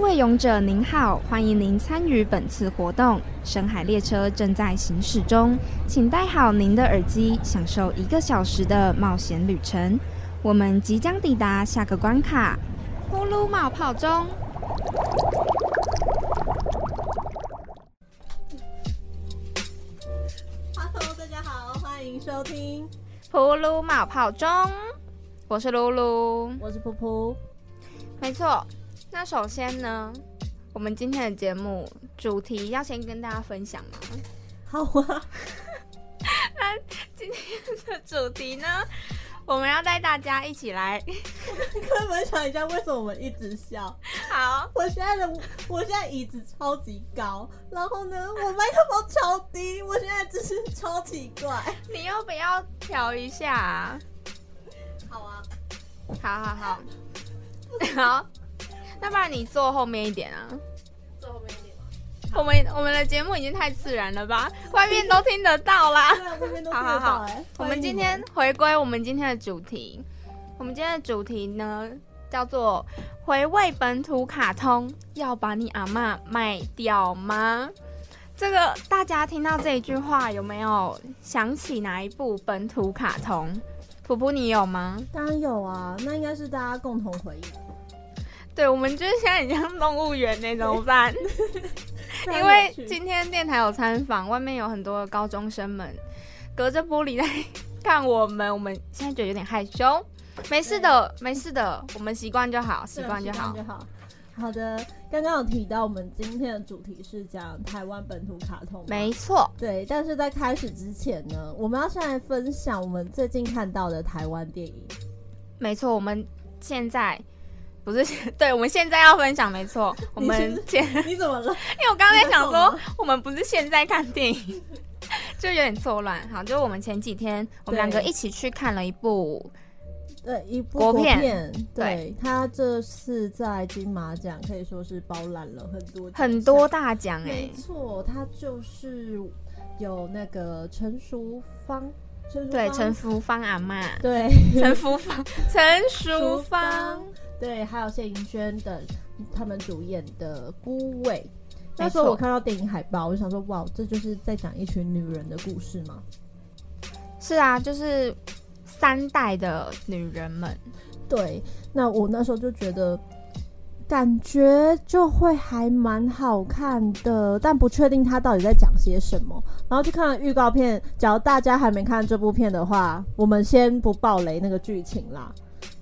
位勇者您好，欢迎您参与本次活动。深海列车正在行驶中，请戴好您的耳机，享受一个小时的冒险旅程。我们即将抵达下个关卡——呼噜冒泡钟。 Hello，大家好，欢迎收听，呼噜冒泡钟，我是噜噜。我是噗噗。没错，那首先呢，我们今天的节目主题要先跟大家分享嘛。好啊，今天的 主题呢，我们要带大家一起来。跟你们讲一下为什么我们一直笑。 好，我现在的我现在椅子超级高，然后呢，我麦克风超低，我现在姿势超奇怪。你要不要调一下、啊？好啊，好好好， 好，那不然你坐后面一点啊。坐后面一点吧。我们我们的节目已经太自然了吧，外面都听得到啦。对啊，外面都好听好得到好哎、我们今天回归我们今天的主题，我们今天的主题呢叫做回味本土卡通，要把你阿嬷卖掉吗？这个大家听到这一句话有没有想起哪一部本土卡通？普普，你有吗？当然有啊，那应该是大家共同回忆。对，我们就是现在很像动物园那怎么办？啊因为今天电台有参访，外面有很多高中生们隔着玻璃在看我们，我们现在觉得有点害羞。没事的，没事的，我们习惯就好，习对惯就好习。惯就好。好的，刚刚有提到我们今天的主题是讲台湾本土卡通嘛，没错，对，但是在开始之前呢，我们要先来分享我们最近看到的台湾电影。 没错，我们现在不是 对，我们现在要分享，没错，我们 你是现，你怎么了？因为我刚刚在想你在说干，我们不是现在看电影， 就有点错乱。好，就我们前几天，我们对两个一起去看了一部对，一部国国片对，它这次在金马奖可以说是包揽了很多奖很多项，大奖哎、没错，它就是有那个陈淑芳，陈淑对，芳陈福芳阿嬷。对 陈淑芳，陈嗯淑芳，，对，还有谢盈萱等他们主演的《孤味》。没那时候错我看到电影海报，我就想说，哇，这就是在讲一群女人的故事吗？是啊，就是三代的女人们，对，那我那时候就觉得，感觉就会还蛮好看的，但不确定它到底在讲些什么。然后去看了预告片，假如大家还没看这部片的话，我们先不爆雷那个剧情啦。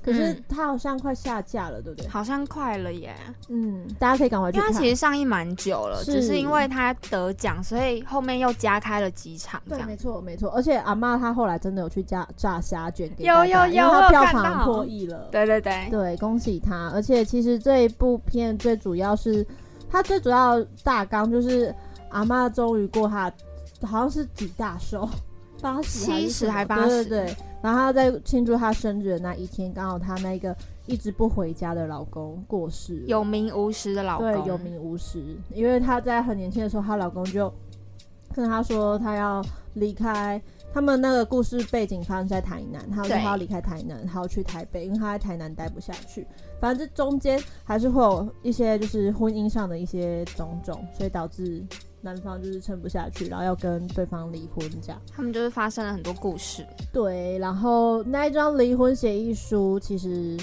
可是嗯它好像快下架了，对不对？好像快了耶，嗯，大家可以赶快去因为看它。其实上映蛮久了，是只是因为它得奖，所以后面又加开了几场这对，样没。错，没错。而且阿嬷她后来真的有去炸炸虾卷给有大有家因为有我她有票看房到破亿了。对对对，对，恭喜他！而且其实这一部片最主要是，他最主要的大纲就是阿嬷终于过她，好像是几大 寿，八十七十还八八十十，对对对。然后她在庆祝她生日的那一天，刚好她那个一直不回家的老公过世了，有名无实的老对公，有名无实，因为她在很年轻的时候，她老公就 跟她说她要离开。他们那个故事背景发生在台南，她说对她要离开台南，她要去台北，因为她在台南待不下去。反正这中间还是会有一些就是婚姻上的一些种种，所以导致男方就是撑不下去，然后要跟对方离婚这样。他们就是发生了很多故事。对，然后那一张离婚协议书，其实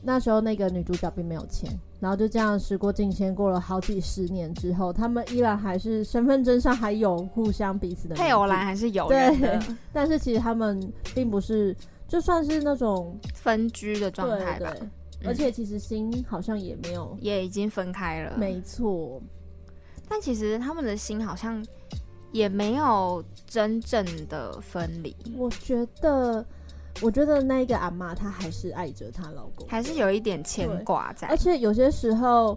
那时候那个女主角并没有签，然后就这样时过境迁，过了好几十年之后，他们依然还是身份证上还有互相彼此的配偶名字栏，还是有人的但是其实他们并不是，就算是那种 分居的状态对吧对，，嗯而且其实心好像也没有，也已经分开了。没错，但其实他们的心好像也没有真正的分离，我觉得。我觉得那个阿妈她还是爱着她老公，还是有一点牵挂在而。且有些时候，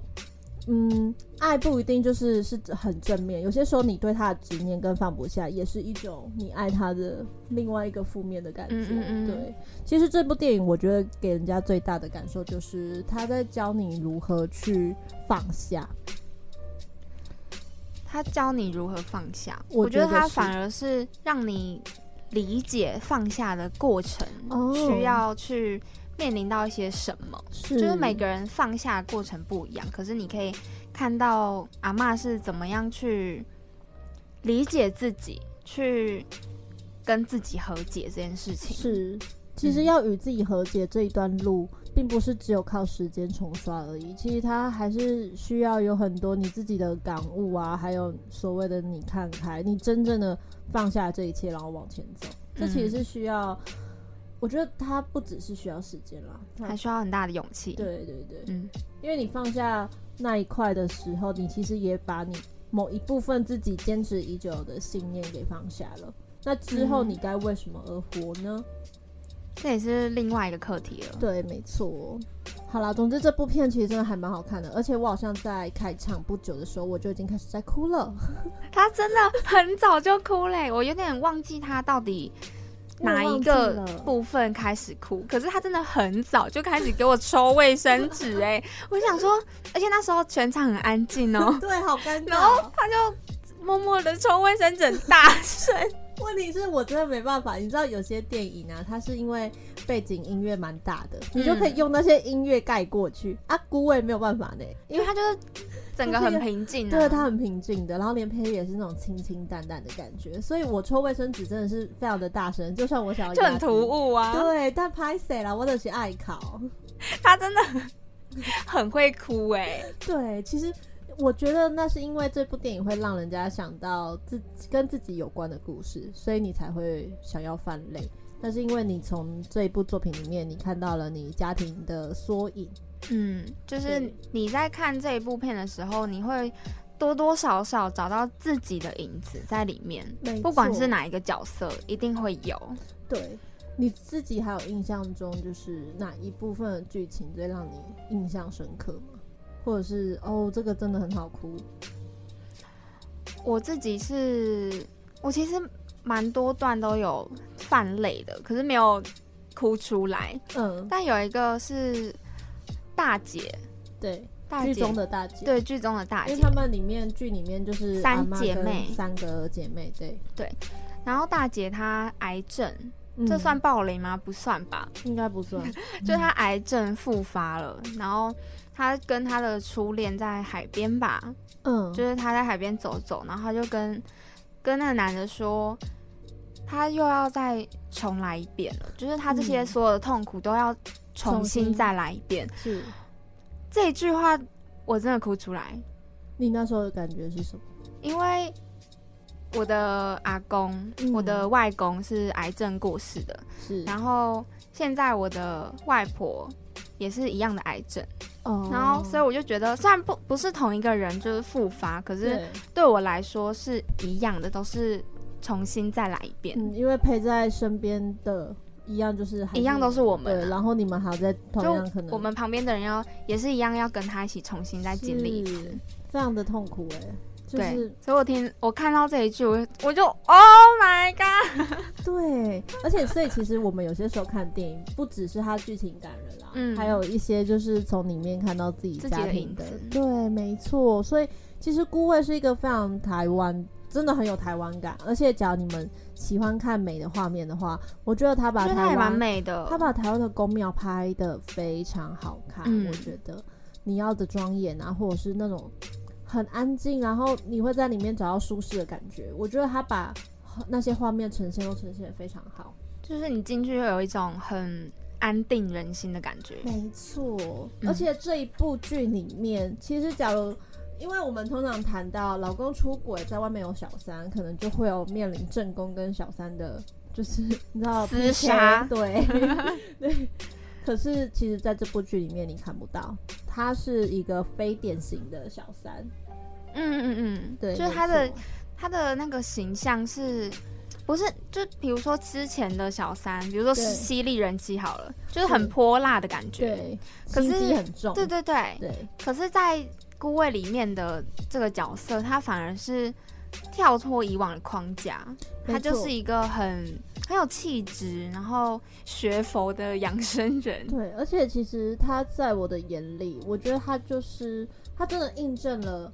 嗯，爱不一定就是是很正面，有些时候你对他的执念跟放不下，也是一种你爱他的另外一个负面的感觉。嗯嗯嗯对，其实这部电影我觉得给人家最大的感受就是他在教你如何去放下。他教你如何放下，我我觉得觉得他是反而是让你理解放下的过程，哦需要去面临到一些什么，是就是每个人放下的过程不一样。可是你可以看到阿嬷是怎么样去理解自己，去跟自己和解这件事情。是，其实嗯要与自己和解这一段路，并不是只有靠时间重刷而已，其实它还是需要有很多你自己的感悟啊，还有所谓的你看开，你真正的放下这一切，然后往前走，这嗯其实是需要。我觉得它不只是需要时间啦，它还需要很大的勇气。，对对对，嗯，因为你放下那一块的时候，你其实也把你某一部分自己坚持已久的信念给放下了。那之后嗯你该为什么而活呢？这也是另外一个课题了。对，没错。好啦，总之这部片其实真的还蛮好看的，而且我好像在开场不久的时候，我就已经开始在哭了。 他真的很早就哭嘞，我有点忘记他到底哪一我个忘记了，部分开始哭。可是他真的很早就开始给我抽卫生纸哎， 我想说，而且那时候全场很安静哦 对，好尴然后尬。他就默默的抽卫生纸很大声。问题是我真的没办法，你知道有些电影啊，它是因为背景音乐蛮大的，你就可嗯以用那些音乐盖过去。啊，孤味没有办法呢，因因为为他就是整个很平嗯 静、啊，对它很平静的，然后连配乐也是那种清清淡淡的感觉，所以我抽卫生纸真的是非常的大声，就算我想要就很压低突。兀啊，对，但拍谁啦？我只是爱考。他真的很很会哭哎、对，其实我觉得那是因为这部电影会让人家想到自己跟自己有关的故事，所以你才会想要翻泪。那是因为你从这一部作品里面，你看到了你家庭的缩影。嗯，就是对你在看这一部片的时候，你会多多少少找到自己的影子在里面，没不管是错哪一个角色，一定会有。对你自己还有印象中，就是哪一部分的剧情最让你印象深刻吗？或者是哦，这个真的很好哭。我自己是，我其实蛮多段都有泛泪的，可是没有哭出来。嗯，但有一个是大姐，对，大剧姐中的大姐，，对剧中的大因为姐他，们里面剧里面就是三阿嬷姐跟妹三个姐妹，对，然后大姐她癌症，嗯这算暴雷吗？不算吧。应该不算。就嗯他癌症复发了，然后他跟他的初恋在海边吧，嗯，就是他在海边走走，然后他就跟跟那个男的说，他又要再重来一遍了，就是他这些嗯所有的痛苦都要重重新新再来一遍。是这一句话我真的哭出来，你那时候的感觉是什么？因为我的阿公，嗯我的外公是癌症过世的，是，然后现在我的外婆也是一样的癌症。哦然后，所以我就觉得，虽然不不是同一个人，就是复发，可是对，对我来说是一样的，都是重新再来一遍，嗯，因为陪在身边的一样就是还一样都是我对，们、啊。然后你们还要在同就样可能我们旁边的人要也是一样，要跟他一起重新再经历一是次。非常的痛苦哎、就对是，所以我听我看到这一句，我我就 Oh my God！对，而且所以其实我们有些时候看电影，不只是它剧情感人啦，嗯还有一些就是从里面看到自己自己家的庭影的，子对，没错。所以其实《孤味》是一个非常台湾，真的很有台湾感。而且，假如你们喜欢看美的画面的话，我觉得他我把觉得台他也蛮湾，美的。他把台湾的宫庙拍的非常好看，嗯我觉得你要的庄严啊，或者是那种很安静，然后你会在里面找到舒适的感觉。我觉得他把那些画面呈现都呈现的非常好。就是你进去会有一种很安定人心的感觉。没错，嗯而且这一部剧里面，其实假如。因为我们通常谈到老公出轨，在外面有小三，可能就会有面临正宫跟小三的，就是你知道厮杀 PK 对 对。可是其实，在这部剧里面你看不到，他是一个非典型的小三，嗯嗯嗯，对，就是他的没错他的那个形象是，不是就比如说之前的小三，比如说对犀利人妻好了，就是对很泼辣的感觉。对，可心是机很重，对对对对可是，在孤味里面的这个角色，他反而是跳脱以往的框架，没他就错是一个很很有气质，然后学佛的养生人。对，而且其实他在我的眼里，我觉得他就是他真的印证了，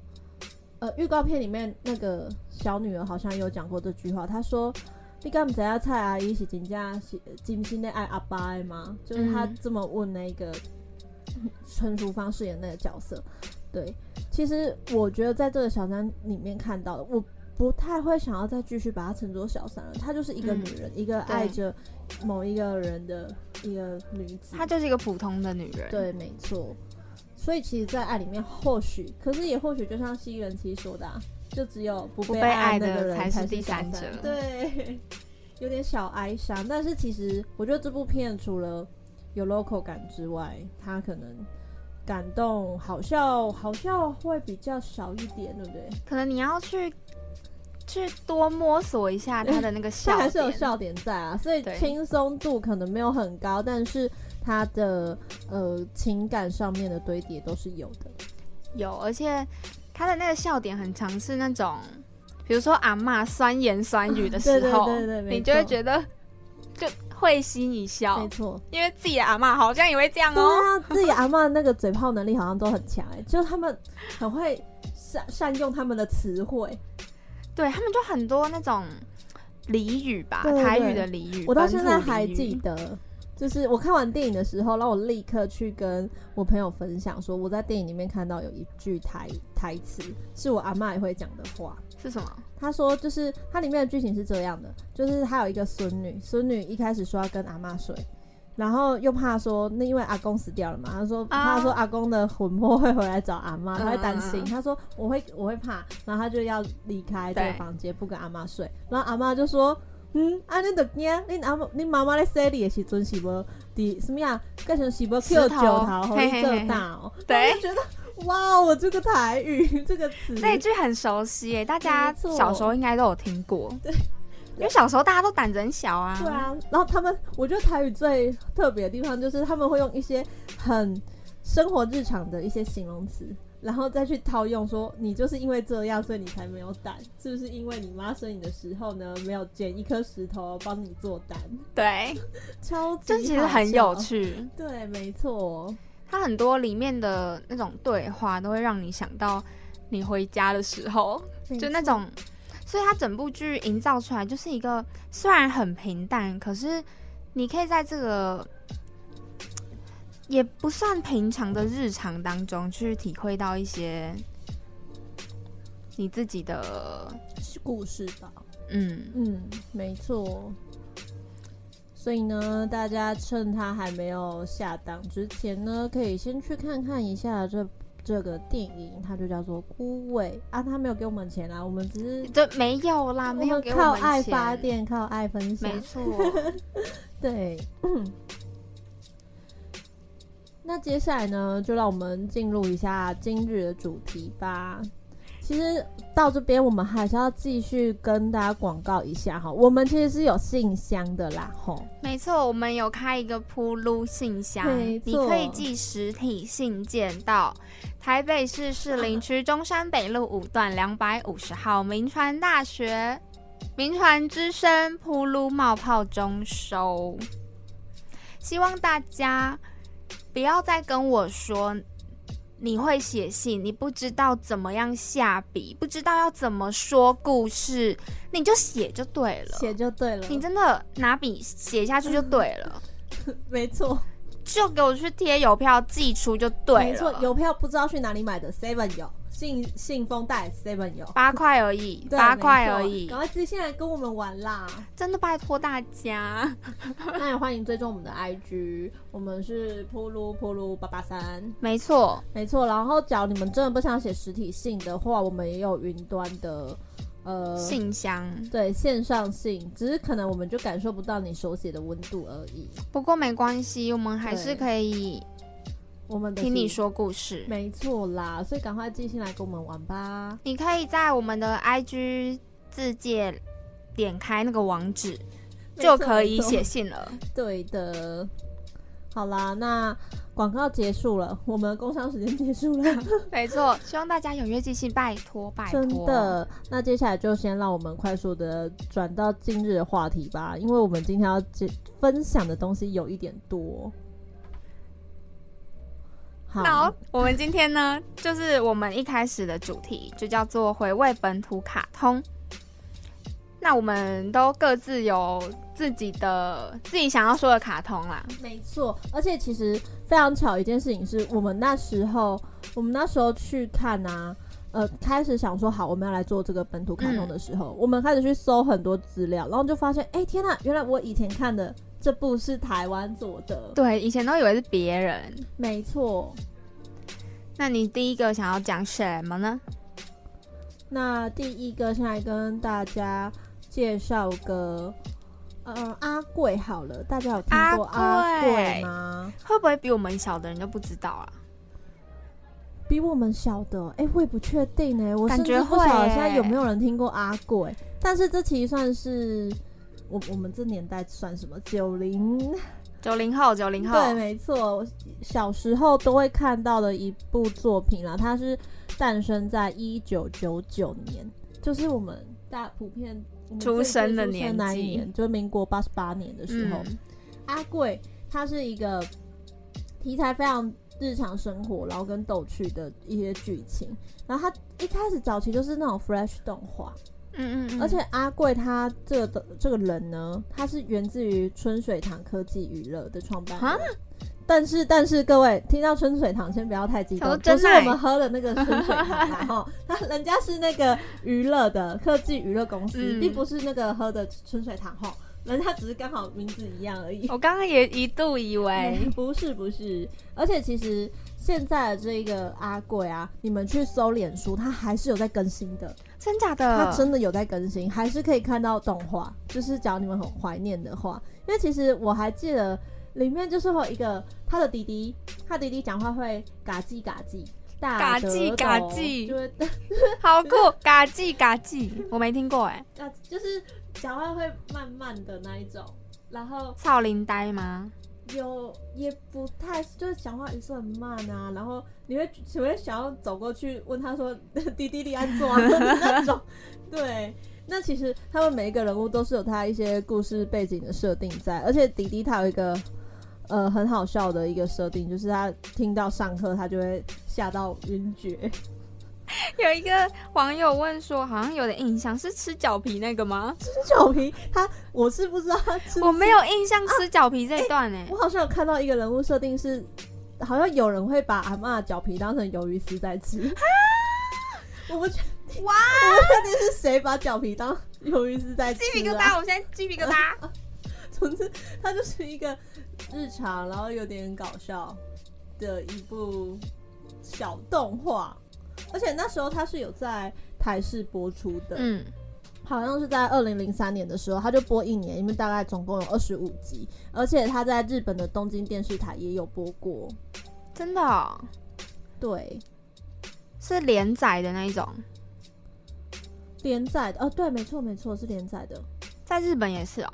呃，预告片里面那个小女儿好像有讲过这句话，她说你敢不知道蔡阿姨是真正是真心的爱阿爸的吗？就是她嗯这么问那个陈淑芳饰演那个角色。对，其实我觉得在这个小三里面看到的，我不太会想要再继续把她称作小三了。她就是一个女人，一个爱着某一个人的一个女子。她就是一个普通的女人。，对，没错。所以其实，在爱里面，或许，可是也或许，就像西元琪说的、啊，就只有不不被爱爱的个人才才是是第小三者对，有点小哀伤。但是其实，我觉得这部片除了有 local 感之外，它可能感动、好笑、好笑会比较少一点，对不对？可能你要去去多摸索一下她的那个笑 它点，还是有笑点在啊，所以对轻松度可能没有很高，但是它的呃情感上面的堆叠都是有的。有，而且她的那个笑点很常是那种，比如说阿嬷酸言酸语的时 对对候，对对没你就会错觉得就会心一笑没，错，因为自己的阿嬷好像也会这样对哦。啊，自己阿嬷那个嘴炮能力好像都很强哎、就是他们很会善善用他们的词汇。对他们就很多那种俚语吧，对对台语对的俚语，我到本现土在俚还语记得，就是我看完电影的时候，然后我立刻去跟我朋友分享说，我在电影里面看到有一句台台词是我阿嬷也会讲的话。是什么？他说，就是它里面的剧情是这样的，就是他有一个孙女，孙女一开始说要跟阿嬷睡，然后又怕说那因为阿公死掉了嘛，他说啊怕说阿公的魂魄会回来找阿嬷，他会担心，嗯嗯嗯他说我会我会怕，然后他就要离开这个对房间，不跟阿嬷睡，然后阿嬷就说。嗯，啊，你著惊，恁阿恁妈妈咧生你的时阵是无伫什么呀？改成是无石 Q 头九头，互嘿你嘿做嘿嘿大哦。对我就觉得哇，我这个台语这个词，这一句很熟悉诶，大家没错小时候应该都有听过。对，因为小时候大家都胆子很小啊。对，啊，然后他们，我觉得台语最特别的地方就是他们会用一些很生活日常的一些形容词，然后再去套用说你就是因为这样，所以你才没有胆，是不是因为你妈生你的时候呢，没有捡一颗石头帮你做胆，对，超级这其实好很笑有。趣。对，没错，它很多里面的那种对话都会让你想到你回家的时候，就那种。所以它整部剧营造出来就是一个虽然很平淡，可是你可以在这个也不算平常的日常当中去体会到一些你自己的是故事吧。嗯，嗯，没错。所以呢，大家趁它还没有下档之前呢，可以先去看看一下这这个电影，它就叫做《孤味》啊。它没有给我们钱啦，我们只是就没有啦，啊没有给靠我们爱钱发，电，靠爱分享没。错。对，那接下来呢，就让我们进入一下今日的主题吧。其实到这边，我们还是要继续跟大家广告一下哈，我们其实是有信箱的啦，吼，没错，我们有开一个铺路信箱没，你错可以寄实体信件到台北市士林区中山北路五段两百五十号民传大学民传之声铺路冒泡中收。希望大家不要再跟我说你会写信，你不知道怎么样下笔，不知道要怎么说故事，你就写就对了，写就对了，你真的拿笔写下去就对了，嗯没错，就给我去贴邮票寄出就对没错了，，邮票不知道去哪里买的，Seven 有，信信封袋 Seven 有，八块而已， 对八没块错而已赶，快自己现在跟我们玩啦！真的拜托大 家。那也欢迎追踪我们的 IG，我们是噗噜噗噜八八三。没错，没错，然后假如你们真的不想写实体信的话，我们也有云端的，呃，信箱。对线上信，只是可能我们就感受不到你手写的温度而已。不过没关系，我们还是对可以我们的听你信，说故事。没错啦，所以赶快寄信来跟我们玩吧。你可以在我们的 IG 字界点开那个网址，没错就可以没错写信 了。对的。好啦，那广告结束了，我们工商时间结束了，没错，希望大家踊跃寄信，拜托拜托。真，的。那接下来就先让我们快速的转到今日的话题吧，因为我们今天要接分享的东西有一点多。好，那好我们今天呢，就是我们一开始的主题就叫做回味本土卡通。那我们都各自有自己的自己想要说的卡通啦。没错，而且其实非常巧一件事情是，我们那时候我们那时候去看啊，呃，开始想说好我们要来做这个本土嗯卡通的时候，我们开始去搜很多资料，然后就发现，哎、天呐，原来我以前看的这部是台湾做的，对，以前都以为是别人。没错。那你第一个想要讲什么呢？那第一个先来跟大家介绍个，呃，阿贵好了，大家有听过阿阿贵贵吗？会不会比我们小的人就不知道啊？比我们小的，哎、我也不确定哎、我感甚觉至不晓会得欸现在有没有人听过阿贵，但是这其实算是我我们这年代算什么九零？九零后，九零后，对，没错，我小时候都会看到的一部作品啦，它是诞生在一九九九年，就是我们大普遍我们出最生的最出生那年一纪年，就是民国八十八年的时候。嗯，阿贵，它是一个题材非常日常生活，然后跟逗趣的一些剧情。然后它一开始早期就是那种 Flash 动画，嗯嗯嗯，而且阿贵他这个的这个人呢，他是源自于春水堂科技娱乐的创办啊人。但是，但是各位听到春水堂，先不要太激动想，说不真是奶我们喝的那个春水 堂啦，哈，他人家是那个娱乐的科技娱乐公司，嗯并不是那个喝的春水堂，哈，人家只是刚好名字一样而已。我刚刚也一度以为， 不是不是，而且其实现在的这个阿贵啊，你们去搜脸书，它还是有在更新的，真假它的，真的有在更新，还是可以看到动画。就是假如你们很怀念的话，因为其实我还记得里面就是会有一个他的弟弟，他弟弟讲话会嘎叽嘎叽。大嘎舌叽头嘎叽就会 好酷，嘎叽嘎叽，我没听过哎，啊，就是讲话会慢慢的那一种，然后少林呆吗？有也不太，就是讲话语速很慢啊，然后你会你会想要走过去问他说 滴滴滴安装啊 那种，对。那其实他们每一个人物都是有他一些故事背景的设定在，而且迪迪他有一个呃很好笑的一个设定，就是他听到上课他就会吓到晕厥。 有一个网友问说，好像有点印象，是吃脚皮那个吗？小皮他我是不知道他吃不吃我没有印象吃脚皮这一段哎我，好像有看到一个人物设定是，好像有人会把阿嬷的脚皮当成鱿鱼丝在吃。我不确定，啊哇我不确定是谁把脚皮当鱿鱼丝在吃、鸡皮疙啊。瘩，我现在鸡皮疙瘩。总之，它就是一个日常，然后有点搞笑的一部小动画。而且那时候它是有在台视播出的，嗯，好像是在二零零三年的时候，他就播一年，因为大概总共有二十五集，而且他在日本的东京电视台也有播过。真的哦、对，是连载的那一种，连载的哦，对，没错没错，是连载的，在日本也是哦、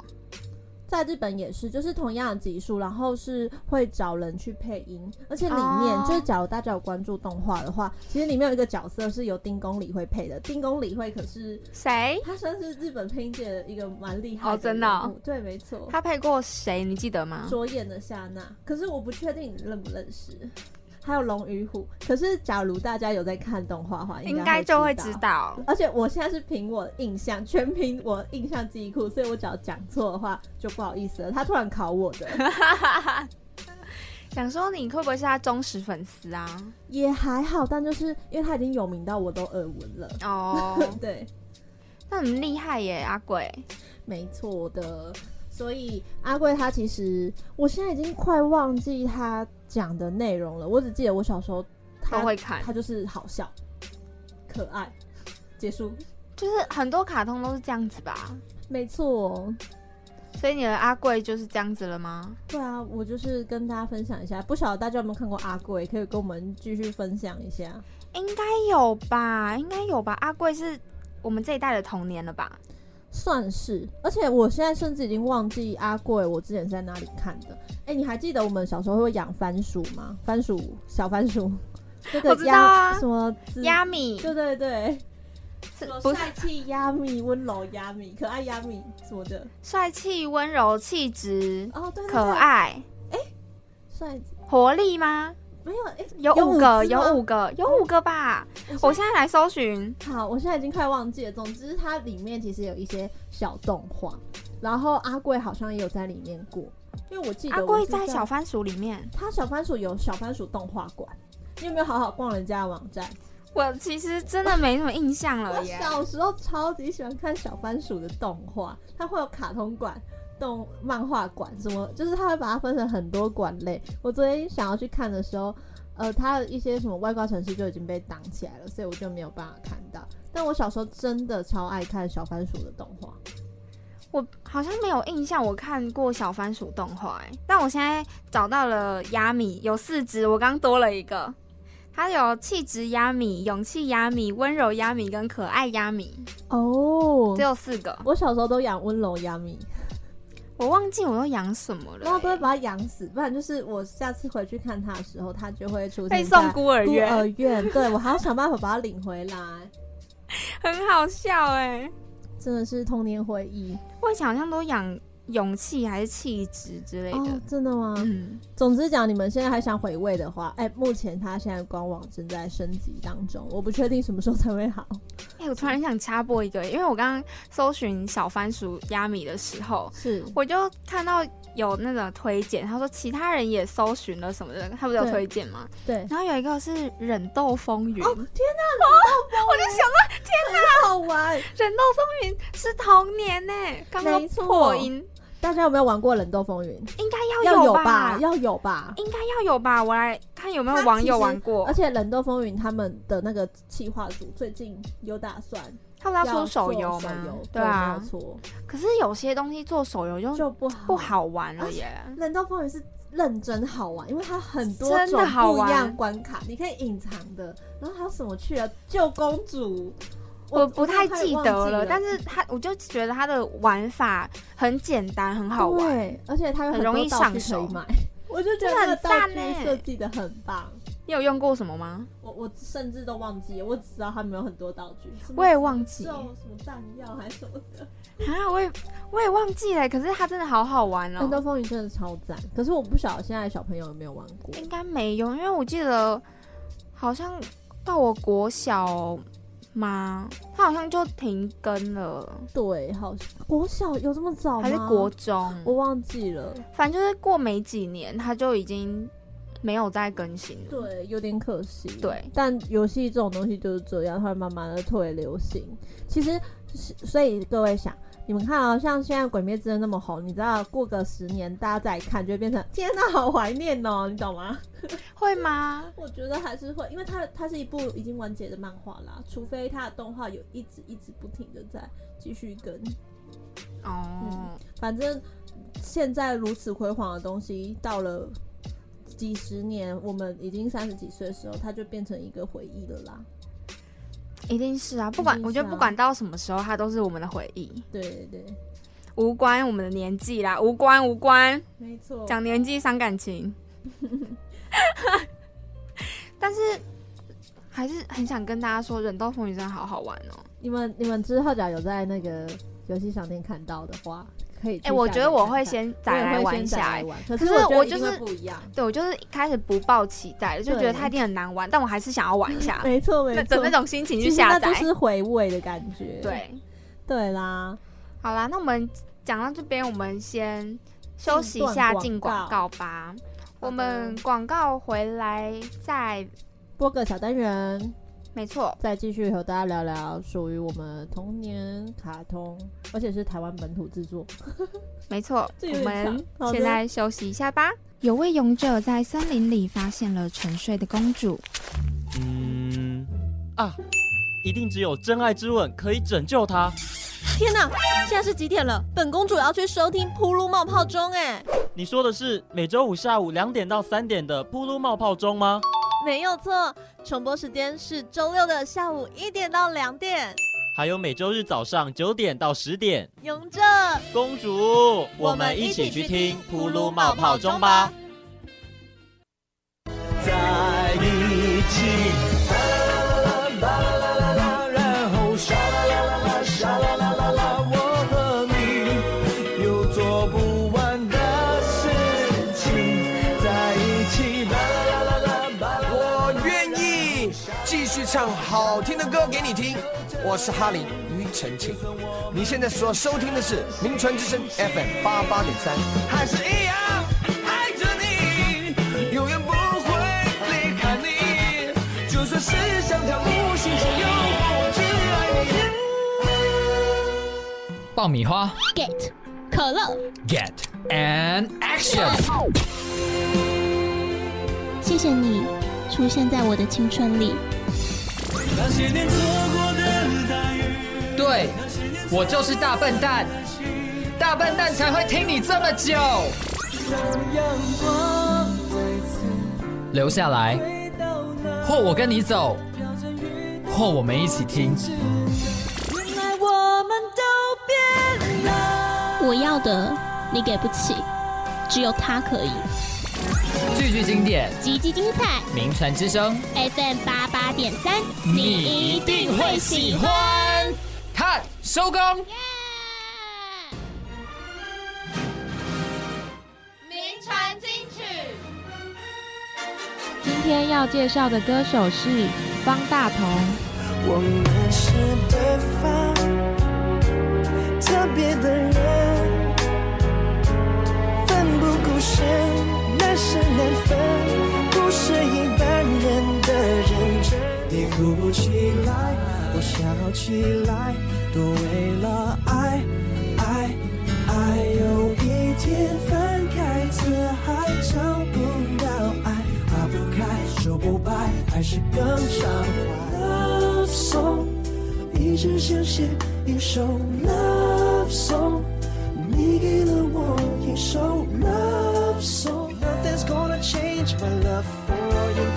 在日本也是，就是同样的集数，然后是会找人去配音，而且里面、哦就是假如大家有关注动画的话，其实里面有一个角色是由丁公理惠配的，丁公理惠可是谁？他算是日本配音界的一个蛮厉害哦真的哦人物对，没错。他配过谁？你记得吗？左眼的夏娜，可是我不确定你认不认识。还有龙与虎，可是假如大家有在看动画的话，应该该就会会知。道。而且我现在是凭我的印象，全凭我印象记忆库，所以我只要讲错的话就不好意思了。他突然考我的，想说你会不会是他忠实粉丝啊？也还好，但就是因为他已经有名到我都耳闻了。，哦对，那很厉害耶，阿鬼。没错的。所以阿贵他其实，我现在已经快忘记他讲的内容了，我只记得我小时候都他会看他就是好笑、可爱。结束，就是很多卡通都是这样子吧？没错。所以你的阿贵就是这样子了吗？对啊，我就是跟大家分享一下，不晓得大家有没有看过阿贵，可以跟我们继续分享一下。应该有吧，应该有吧。阿贵是我们这一代的童年了吧？算是，而且我现在甚至已经忘记阿贵我之前是在哪里看的。哎、你还记得我们小时候会养番薯吗？番薯小番薯，那 个我知道鸭、啊什么子亚米嗯对对对，是什么不是帅气鸭米、温柔鸭米、可爱鸭米什么的。帅气、温柔、气质、嗯哦，对对对可爱、帅气活力吗？没有，哎，有有五个，五只吗嗯有五个，有五个吧？我现在来搜寻，好，我现在已经快忘记了。总之，它里面其实有一些小动画，然后阿贵好像也有在里面过，因为我记得阿我贵是在小番薯里面。他小番薯有小番薯动画馆。你有没有好好逛人家的网站？我其实真的没什么印象了我耶。小时候超级喜欢看小番薯的动画，它会有卡通馆、动漫画馆，什么就是它会把它分成很多馆类。我昨天想要去看的时候，呃，它的一些什么外挂城市就已经被挡起来了，所以我就没有办法看到。但我小时候真的超爱看小番薯的动画。我好像没有印象，我看过小番薯动画、欸，但我现在找到了亚米，有四只，我刚多了一个，它有气质亚米、勇气亚米、温柔亚米跟可爱亚米，哦只有四个，我小时候都养温柔亚米，我忘记我都养什么了、然后都会欸。把它养死，不然就是我下次回去看它的时候，它就会出现被送在孤儿孤院，儿院。对我还要想办法把它领回来， 很好笑哎、真的是童年回忆我以前好像都养勇气还是气质之类的，哦，真的吗？嗯，总之讲，你们现在还想回味的话，哎、目前它现在官网正在升级当中，我不确定什么时候才会好。哎、我突然想插播一个，因为我刚刚搜寻小番薯亚米的时候，是，我就看到有那种推荐，他说其他人也搜寻了什么的，他不是有对推荐吗？对。然后有一个是忍斗风云，哦，天哪！我就想到，天哪，好玩！忍斗风云是童年呢、刚刚没错破音大家有没有玩过《冷斗风云》？应该要哦有有吧，要有吧。应该要有吧？我来看有没它有其网友实玩过而，且《冷斗风云》他们的那个企划组最近有打算他们要要出手游做吗手游？对对啊没有，错，可是有些东西做手游就啊就不好不。好玩了耶。 《冷斗风云》是认真好玩，因为它很多真种的好不玩一样关卡，你可以隐藏的，然后还有什么去了救公主，我不太记得我了，忘记但是他我就觉得他的玩法很简单，很好玩。对，而且它有很容易多道具上手 可以买，我就觉得真的很那个道赞欸具设计的很棒。你有用过什么吗？我我甚至都忘记了，我只知道他们有很多道具，什么我也忘记诅咒什么弹药还是什么的。啊，我也我也忘记了，可是它真的好好玩《战斗哦。风云》真的超赞，可是我不晓得现在小朋友有没有玩过。应该没有，因为我记得好像到我国小吗？它好像就停更了，对，好像国小有这么哦早吗？还是国，中？我忘记了。反正就是过没几年，它就已经没有再更新了。对，有点可惜。对但游戏这种东西就是这样，它会慢慢的退流行。其实，是所以各位想，你们看啊、像现在《鬼灭之刃》那么红，你知道过个十年大家再看，就会变成天呐，好怀念哦，你懂吗？会吗？我觉得还是会，因为它它是一部已经完结的漫画啦，除非它的动画有一直一直不停的在继续跟。哦，反正现在如此辉煌的东西，到了几十年，我们已经三十几岁的时候，它就变成一个回忆了啦。一定是啊，不管、一定是啊我觉得不管到什么时候，它都是我们的回忆，对对对，无关我们的年纪啦，无关无关。没错。讲年纪伤感情， 但是还是很想跟大家说，忍豆风雨真的好好玩哦。你们你们之后假如有在那个游戏商店看到的话，可以哎、去下载看看。我觉得我会先我再也来会玩先一载下、来哎玩，可可是是我觉我得一就定会是不一样。对我就是一开始不抱期待，就觉得它一定很难玩，但我还是想要玩一 下，没错没那错的，那种心情去其实下那载就。是回味的感觉。对，对啦，好啦，那我们讲到这边，我们先休息一下，进进广广告吧。我们好广告回来再，播个小单元，没错，再继续和大家聊聊属于我们童年卡通，而且是台湾本土制作。没错，这有我点们长好的先来休息一下吧。有位勇者在森林里发现了沉睡的公主，嗯啊，一定只有真爱之吻可以拯救他。天哪，现在是几点了？本公主要去收听《噗噜冒泡钟》哎，你说的是每周五下午两点到三点的《噗噜冒泡钟》吗？没有错，重播时间是周六的下午一点到两点。还有每周日早上九点到十点，勇者，公主，我们一起去听《噗噜冒泡钟》吧。。在一起。巴啦啦啦，巴啦啦啦，然后沙啦啦啦，沙啦啦啦啦，我和你有做不完的事情，在一起。巴啦啦啦，好听的歌给你听。我是哈林庾澄庆，你现在所收听的是名传之声 FM 八八点三，还是一样爱着你，永远不会离开你，就算是像条无形之友，我只爱你。爆米花 Get 可乐， ，Get and Action！谢谢你出现在我的青春里。那些年错过的大雨，对，我就是大笨蛋，大笨蛋才会听你这么久。留下来，或我跟你走，或我们一起听。原来我们都变了。我要的你给不起，只有他可以。句句经典，极其精彩名传之声， ，FM 八八点三，你一定会喜欢。看，收工。名传金曲，今天要介绍的歌手是方大同。我们是对方特别的人，奋不顾身，难舍难分，不是一般人的认真。你哭起来，我笑起来，都为了爱，爱，爱。有一天翻开字海，找不到爱，化不开，收不白，还是更畅快。Love song，一直想写一首 Love song，你给了我一首 Love song。Nothing's gonna change my love for you.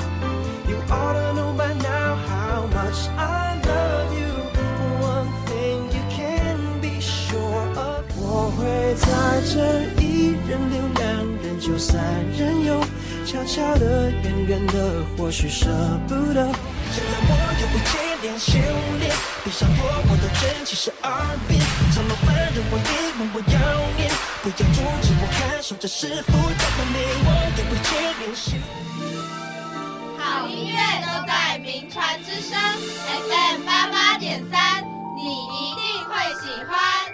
You ought to know by now how much I love you. But one thing you can be sure of，我会在这一人留两人就三人游，悄悄的、远远的，或许舍不得。现在我有一点点修炼，闭上过我的真七十二变，长路凡人我一文我要念，不要阻止我看守着师傅的本领，我有一点点修炼。好音乐都在名传之声 FM 八八点三，你一定会喜欢。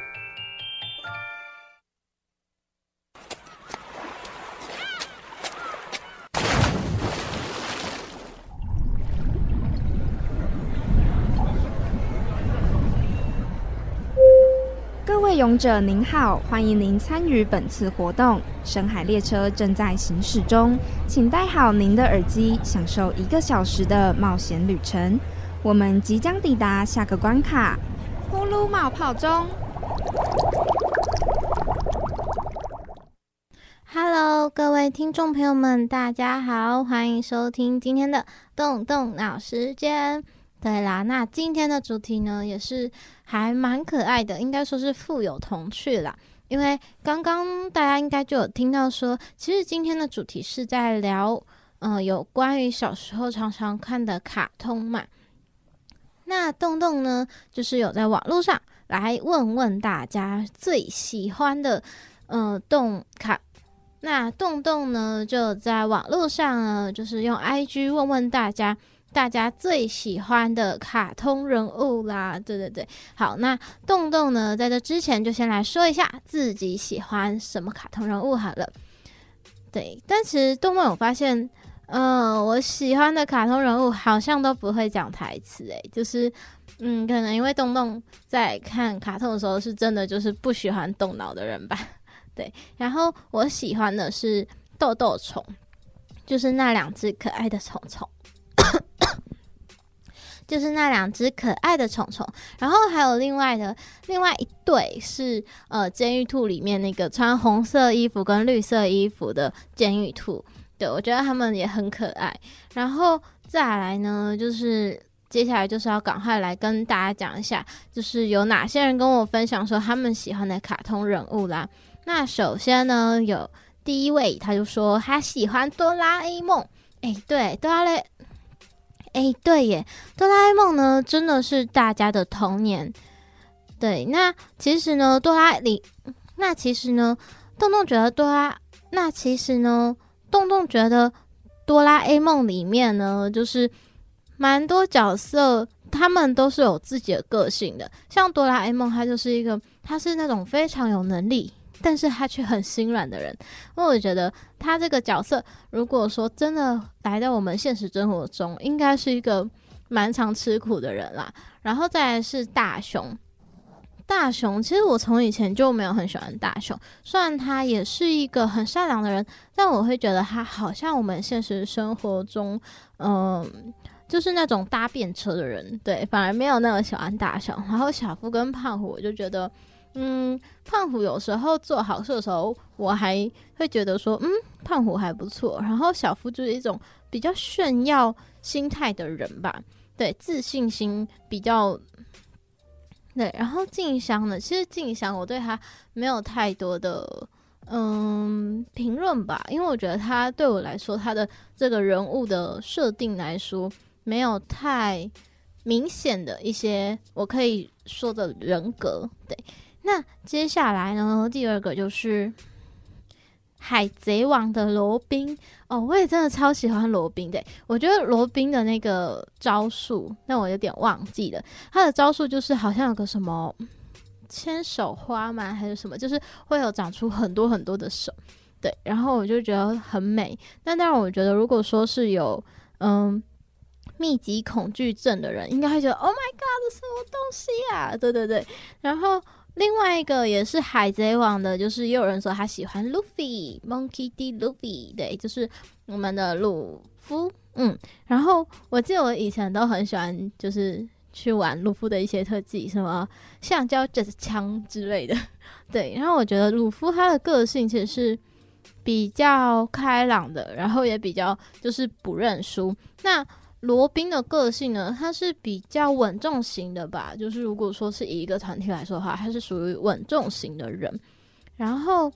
各位勇者您好，欢迎您参与本次活动。深海列车正在行驶中，请戴好您的耳机，享受一个小时的冒险旅程。我们即将抵达下个关卡——呼噜冒泡钟。 Hello，各位听众朋友们，大家好，欢迎收听今天的动动脑时间。对啦，那今天的主题呢，也是还蛮可爱的，应该说是富有童趣啦。因为刚刚大家应该就有听到说，其实今天的主题是在聊，呃，有关于小时候常常看的卡通嘛。那动动呢，就是有在网络上来问问大家最喜欢的，呃，动卡那洞洞呢，就在网络上呢，就是用 IG 问问大家，大家最喜欢的卡通人物啦。对对对，好，那洞洞呢，在这之前就先来说一下自己喜欢什么卡通人物好了。对，但其实动漫我发现，呃，我喜欢的卡通人物好像都不会讲台词，诶，就是。嗯，可能因为洞洞在看卡通的时候，是真的就是不喜欢动脑的人吧。然后我喜欢的是豆豆虫，就是那两只可爱的虫虫，就是那两只可爱的虫虫。然后还有另外的另外一对是呃监狱兔里面那个穿红色衣服跟绿色衣服的监狱兔，对我觉得他们也很可爱。然后再来呢，就是。接下来就是要赶快来跟大家讲一下，就是有哪些人跟我分享说他们喜欢的卡通人物啦。那首先呢，有第一位，他就说他喜欢哆啦 A 梦。哎，对，哆啦 A，哎，对耶，哆啦 A 梦呢，真的是大家的童年。对，那其实呢，哆啦里，那其实呢，洞洞觉得哆啦，那其实呢，洞洞觉得哆啦 A 梦里面呢，就是蛮多角色他们都是有自己的个性的，像哆啦 A 梦，他就是一个他是那种非常有能力，但是他却很心软的人。 因为我觉得他这个角色，如果说真的来到我们现实生活中，应该是一个蛮常吃苦的人啦。然后再来是大雄。大雄，其实我从以前就没有很喜欢大雄，虽然他也是一个很善良的人，但我会觉得他好像我们现实生活中，嗯、就是那种搭便车的人，对，反而没有那个喜欢大雄。然后小夫跟胖虎，我就觉得，嗯，胖虎有时候做好事的时候，我还会觉得说，嗯，胖虎还不错。然后小夫就是一种比较炫耀心态的人吧，对，自信心比较。对，然后静香呢？其实静香我对他没有太多的嗯评论吧，因为我觉得他对我来说，他的这个人物的设定来说，没有太明显的一些我可以说的人格。对，那接下来呢，第二个就是《海贼王》的罗宾哦，我也真的超喜欢罗宾的。我觉得罗宾的那个招数，那我有点忘记了，他的招数就是好像有个什么牵手花嘛，还是什么，就是会有长出很多很多的手。对，然后我就觉得很美。那当然，我觉得如果说是有嗯密集恐惧症的人，应该会觉得 “Oh my God，这什么东西啊？”对对对。然后另外一个也是《海贼王》的，就是也有人说他喜欢 Luffy，Monkey D. Luffy，对，就是我们的鲁夫。嗯，然后我记得我以前都很喜欢，就是去玩鲁夫的一些特技，什么橡胶这枪之类的。 对，然后我觉得鲁夫他的个性其实是比较开朗的，然后也比较就是不认输。那罗宾的个性呢，他是比较稳重型的吧，就是如果说是以一个团体来说的话，他是属于稳重型的人。然后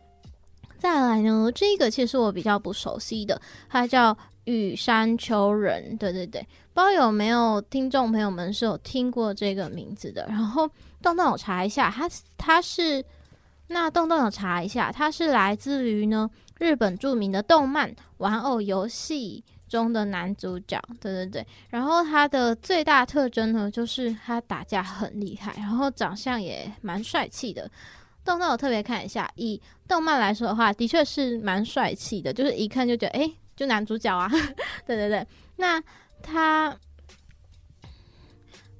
再来呢，这个其实我比较不熟悉的，他叫羽山丘人，对对对，不知道有没有听众朋友们是有听过这个名字的。然后洞洞有查一下，他他是那洞洞有查一下，他是来自于呢日本著名的动漫《玩偶游戏》中的男主角，对对对。然后他的最大特征呢，就是他打架很厉害，然后长相也蛮帅气的。洞洞有特别看一下，以动漫来说的话，的确是蛮帅气的，就是一看就觉得，诶，就男主角啊， 对对对。那他，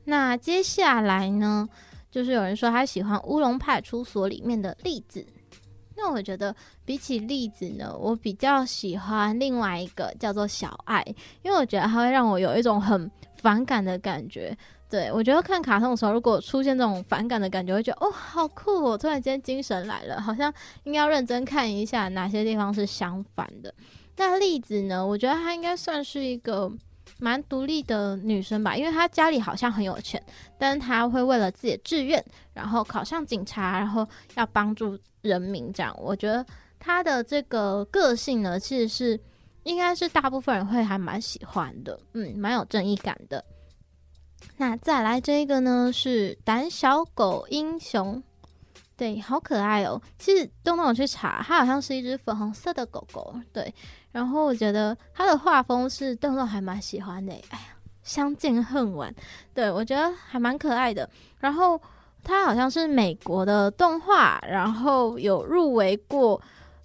那接下来呢，就是有人说他喜欢《乌龙派出所》里面的栗子。那我觉得比起栗子呢，我比较喜欢另外一个叫做小爱，因为我觉得它会让我有一种很反感的感觉。对我觉得看卡通的时候，如果出现这种反感的感觉，我会觉得哦，好酷哦！突然间精神来了，好像应该要认真看一下哪些地方是相反的。那栗子呢？我觉得她应该算是一个蛮独立的女生吧，因为她家里好像很有钱，但是她会为了自己的志愿，然后考上警察，然后要帮助人民这样。我觉得她的这个个性呢，其实是应该是大部分人会还蛮喜欢的，嗯，蛮有正义感的。那再来这个呢是胆小狗英雄，对，好可爱哦。其实东东我去查，它好像是一只粉红色的狗狗，对，然后我觉得他的画风是邓邓还蛮喜欢的欸，哎呀，相见恨晚，对我觉得还蛮可爱的。然后他好像是美国的动画，然后有入围过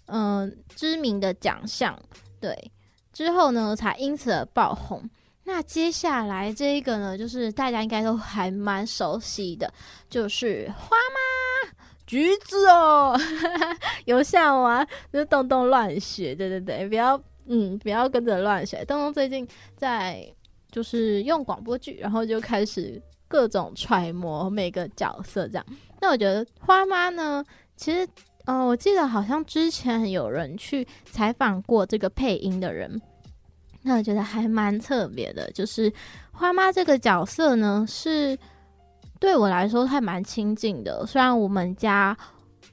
嗯、知名的奖项，对，之后呢才因此而爆红。那接下来这一个呢，就是大家应该都还蛮熟悉的，就是花妈橘子哦， 有像吗？就是东东乱学，对对对，不要嗯，不要跟着乱学。东东最近在就是用广播剧，然后就开始各种揣摩每个角色这样。那我觉得花妈呢，其实呃，我记得好像之前有人去采访过这个配音的人，那我觉得还蛮特别的，就是花妈这个角色呢是。对我来说还蛮亲近的，虽然我们家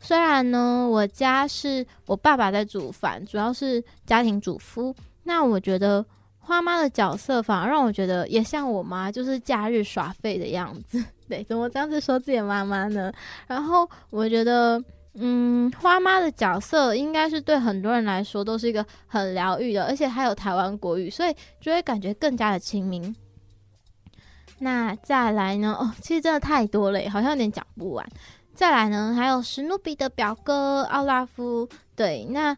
虽然呢，我家是我爸爸在煮饭，主要是家庭主夫。那我觉得花妈的角色反而让我觉得也像我妈，就是假日耍废的样子。 对，怎么这样子说自己的妈妈呢？然后我觉得，嗯，花妈的角色应该是对很多人来说都是一个很疗愈的，而且还有台湾国语，所以就会感觉更加的亲民。那再来呢？哦，其实真的太多了耶，好像有点讲不完。再来呢，还有史努比的表哥奥拉夫。对，那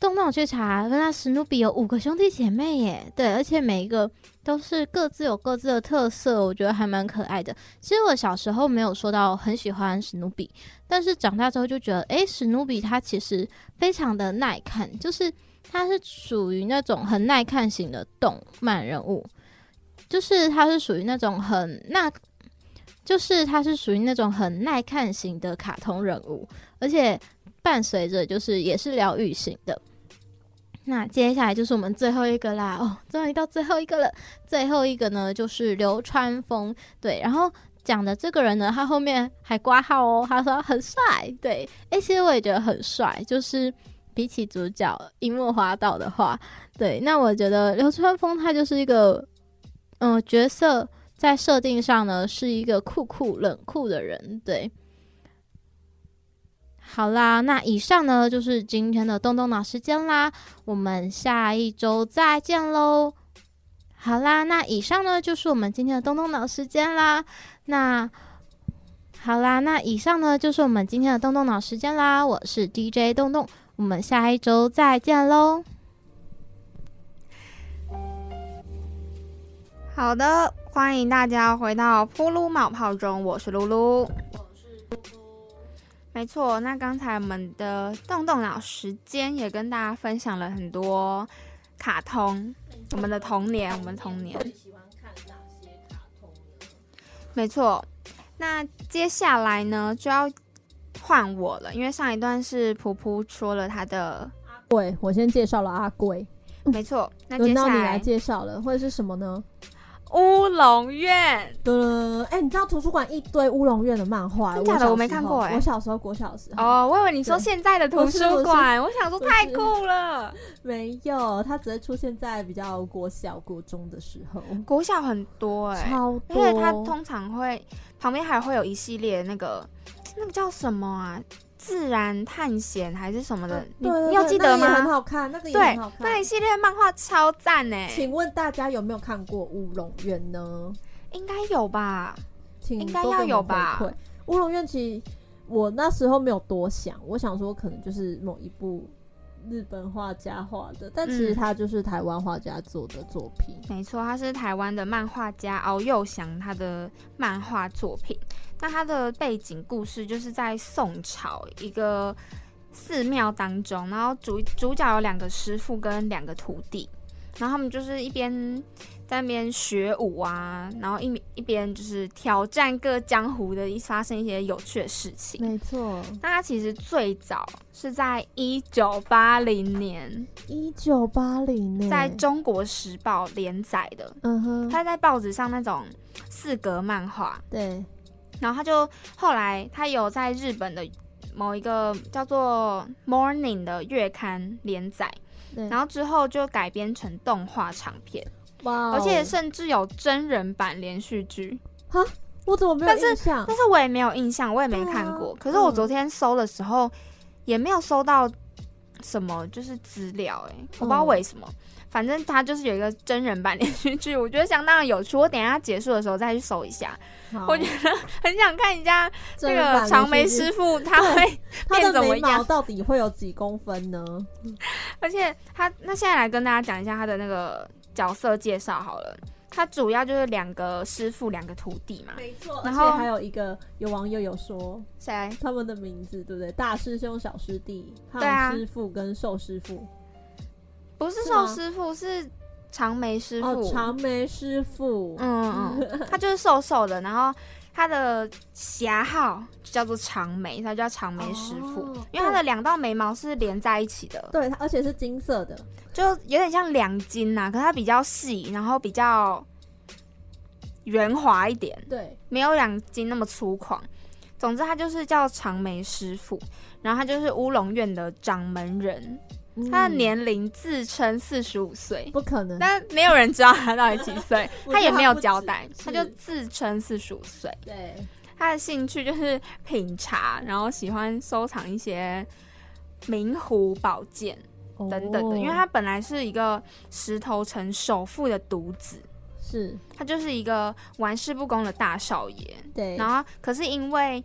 动动我去查，原来史努比有五个兄弟姐妹耶。对，而且每一个都是各自有各自的特色，我觉得还蛮可爱的。其实我小时候没有说到很喜欢史努比，但是长大之后就觉得，诶，史努比他其实非常的耐看，就是他是属于那种很耐看型的动漫人物，就是他是属于那种很那，就是他是属于那种很耐看型的卡通人物，而且伴随着就是也是疗愈型的。那接下来就是我们最后一个啦，哦，终于到最后一个了。最后一个呢就是流川枫，对，然后讲的这个人呢，他后面还挂号哦，他说很帅，对，诶，其实我也觉得很帅，就是比起主角樱木花道的话，对，那我觉得流川枫他就是一个，嗯、角色在设定上呢是一个酷酷冷酷的人，对。好啦，那以上呢就是今天的动动脑时间啦，我们下一周再见喽。好啦，那以上呢就是我们今天的动动脑时间啦。那好啦，那以上呢就是我们今天的动动脑时间啦。我是 DJ 动动，我们下一周再见喽。好的，欢迎大家回到噗噜冒泡中，我是露露，我是没错，那刚才我们的动动脑时间也跟大家分享了很多卡通，我们的童年，我们的童年。没错，那接下来呢就要换我了，因为上一段是噗噗说了他的，贵，我先介绍了阿贵，没错，那接轮到下你来来介绍了，会是什么呢？乌龙院。噔，哎、你知道图书馆一堆乌龙院的漫画，真假的小时候我没看过哎我小时候国小的时候，哦，我以为你说对现在的图不是书不是馆，我想说不太是酷了。没有，它只会出现在比较国小、国中的时候，国小很多哎、超而多。且它通常会旁边还会有一系列那个那个叫什么啊，自然探险还是什么的，啊你对对你有对记那个得也很吗？好看，那个也对很好，看。那一系列漫画超赞哎、请问大家有没有看过《乌龙院》呢？应该有吧？请应该多给要我们有吧回馈《乌龙院》其实我那时候没有多想，我想说可能就是某一部日本画家画的，但其实嗯它就是台湾画家做的作品。没错，他是台湾的漫画家敖幼祥他的漫画作品。那他的背景故事就是在宋朝一个寺庙当中，然后主主角有两个师傅跟两个徒弟，然后他们就是一边在那边学武啊，然后一一边就是挑战各江湖的一发生一些有趣的事情。没错，那他其实最早是在一九八零年一九八零年，在《中国时报》连载的，嗯哼，他在报纸上那种四格漫画，对，然后他就后来他有在日本的某一个叫做《Morning》的月刊连载，对然后之后就改编成动画长片，哇哦，而且甚至有真人版连续剧，我怎么没有但是印象？但是我也没有印象，我也没对啊看过。可是我嗯昨天搜的时候、也没有搜到什么就是资料、欸，我不知道嗯为什么。反正它就是有一个真人版连续剧，我觉得相当的有趣。我等一下结束的时候再去搜一下，好我觉得很想看人家那真人版个长眉连续剧师 傅他会，他变的怎么眉毛样到底会有几公分呢？而且他那现在来跟大家讲一下他的那个角色介绍好了。他主要就是两个师傅，两个徒弟嘛。没错然然后后还有一个有网友有说谁？他们的名字，对不对？大师兄、小师弟、对啊胖师傅跟瘦师傅。不是是寿吗师傅，是长眉师傅。哦，长眉师傅。嗯，嗯，嗯 他就是瘦瘦的，然后他的侠号就叫做长眉，他叫长眉师傅，哦因为他的两道眉毛是连在一起的，对，它而且是金色的，就有点像两筋呐、可是它比较细，然后比较圆滑一点，对，没有两筋那么粗犷。总之，他就是叫长眉师傅，然后他就是乌龙院的掌门人，他的嗯年龄自称四十五岁，不可能，但没有人知道他到底几岁 ，我觉得他也没有他不止交代，是他就自称四十五岁。对，他的兴趣就是品茶，然后喜欢收藏一些名壶宝剑哦等等的，因为他本来是一个石头城首富的独子，哦是他就是一个玩世不恭的大少爷。对，然后，可是因为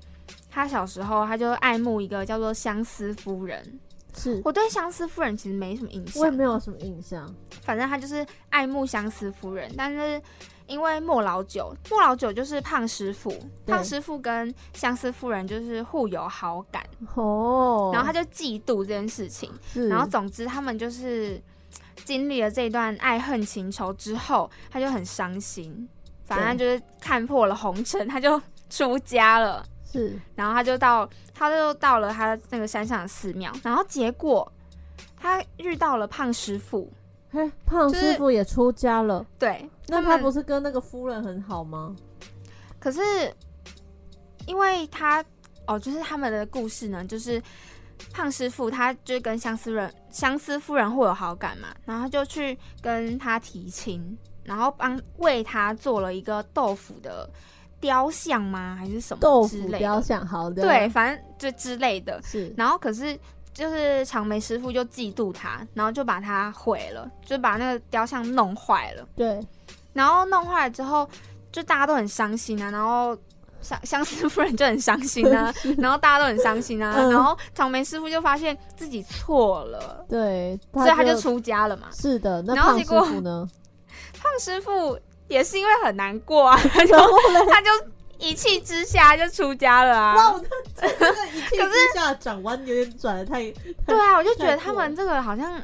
他小时候，他就爱慕一个叫做相思夫人。是我对相思夫人其实没什么印我也象，没有什么印象，反正他就是爱慕相思夫人，但是因为莫老九，莫老九就是胖师傅，对胖师傅跟相思夫人就是互有好感，哦，然后他就嫉妒这件事情。是，然后总之他们就是经历了这段爱恨情仇之后，他就很伤心，反正就是看破了红尘，他就出家了。是然后他就到，他就到了他那个山上的寺庙，然后结果他遇到了胖师傅，嘿，胖就是师傅也出家了，对，那他他们不是跟那个夫人很好吗？可是因为他哦，就是他们的故事呢，就是胖师傅他就跟相思人相思夫人会有好感嘛，然后就去跟他提亲，然后帮为他做了一个豆腐的雕像吗？还是什豆么之腐类雕的？像，好的，对，，反正就之类的。是然后可是就是长眉师傅就嫉妒他，然后就把他毁了，就把那个雕像弄坏了。对，然后弄坏了之后，就大家都很伤心啊，然后。相相思夫人就很伤心啊，然后大家都很伤心啊，嗯然后长眉师傅就发现自己错了，对，所以他就出家了嘛。是的，那然后胖结师果傅 呢？胖师傅也是因为很难过啊，他就他就一气之下就出家了啊。我的天，这个一 气之下转弯有点转的太 对啊，我就觉太得过他们这个好像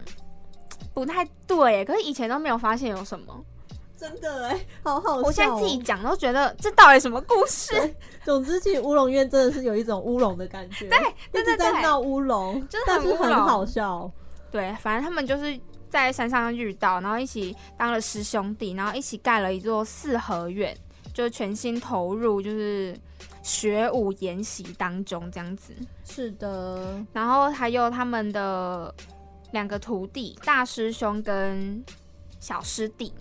不太对耶，可是以前都没有发现有什么。真的哎，好好笑哦。我现在自己讲都觉得这到底什么故事？ 总之，其实乌龙院真的是有一种乌龙的感觉，对，一对直对在对闹乌龙，真的但很是乌龙很好笑。哦对，反正他们就是在山上遇到，然后一起当了师兄弟，然后一起盖了一座四合院，就全心投入就是学武研习当中这样子。是的，然后还有他们的两个徒弟，大师兄跟小师弟，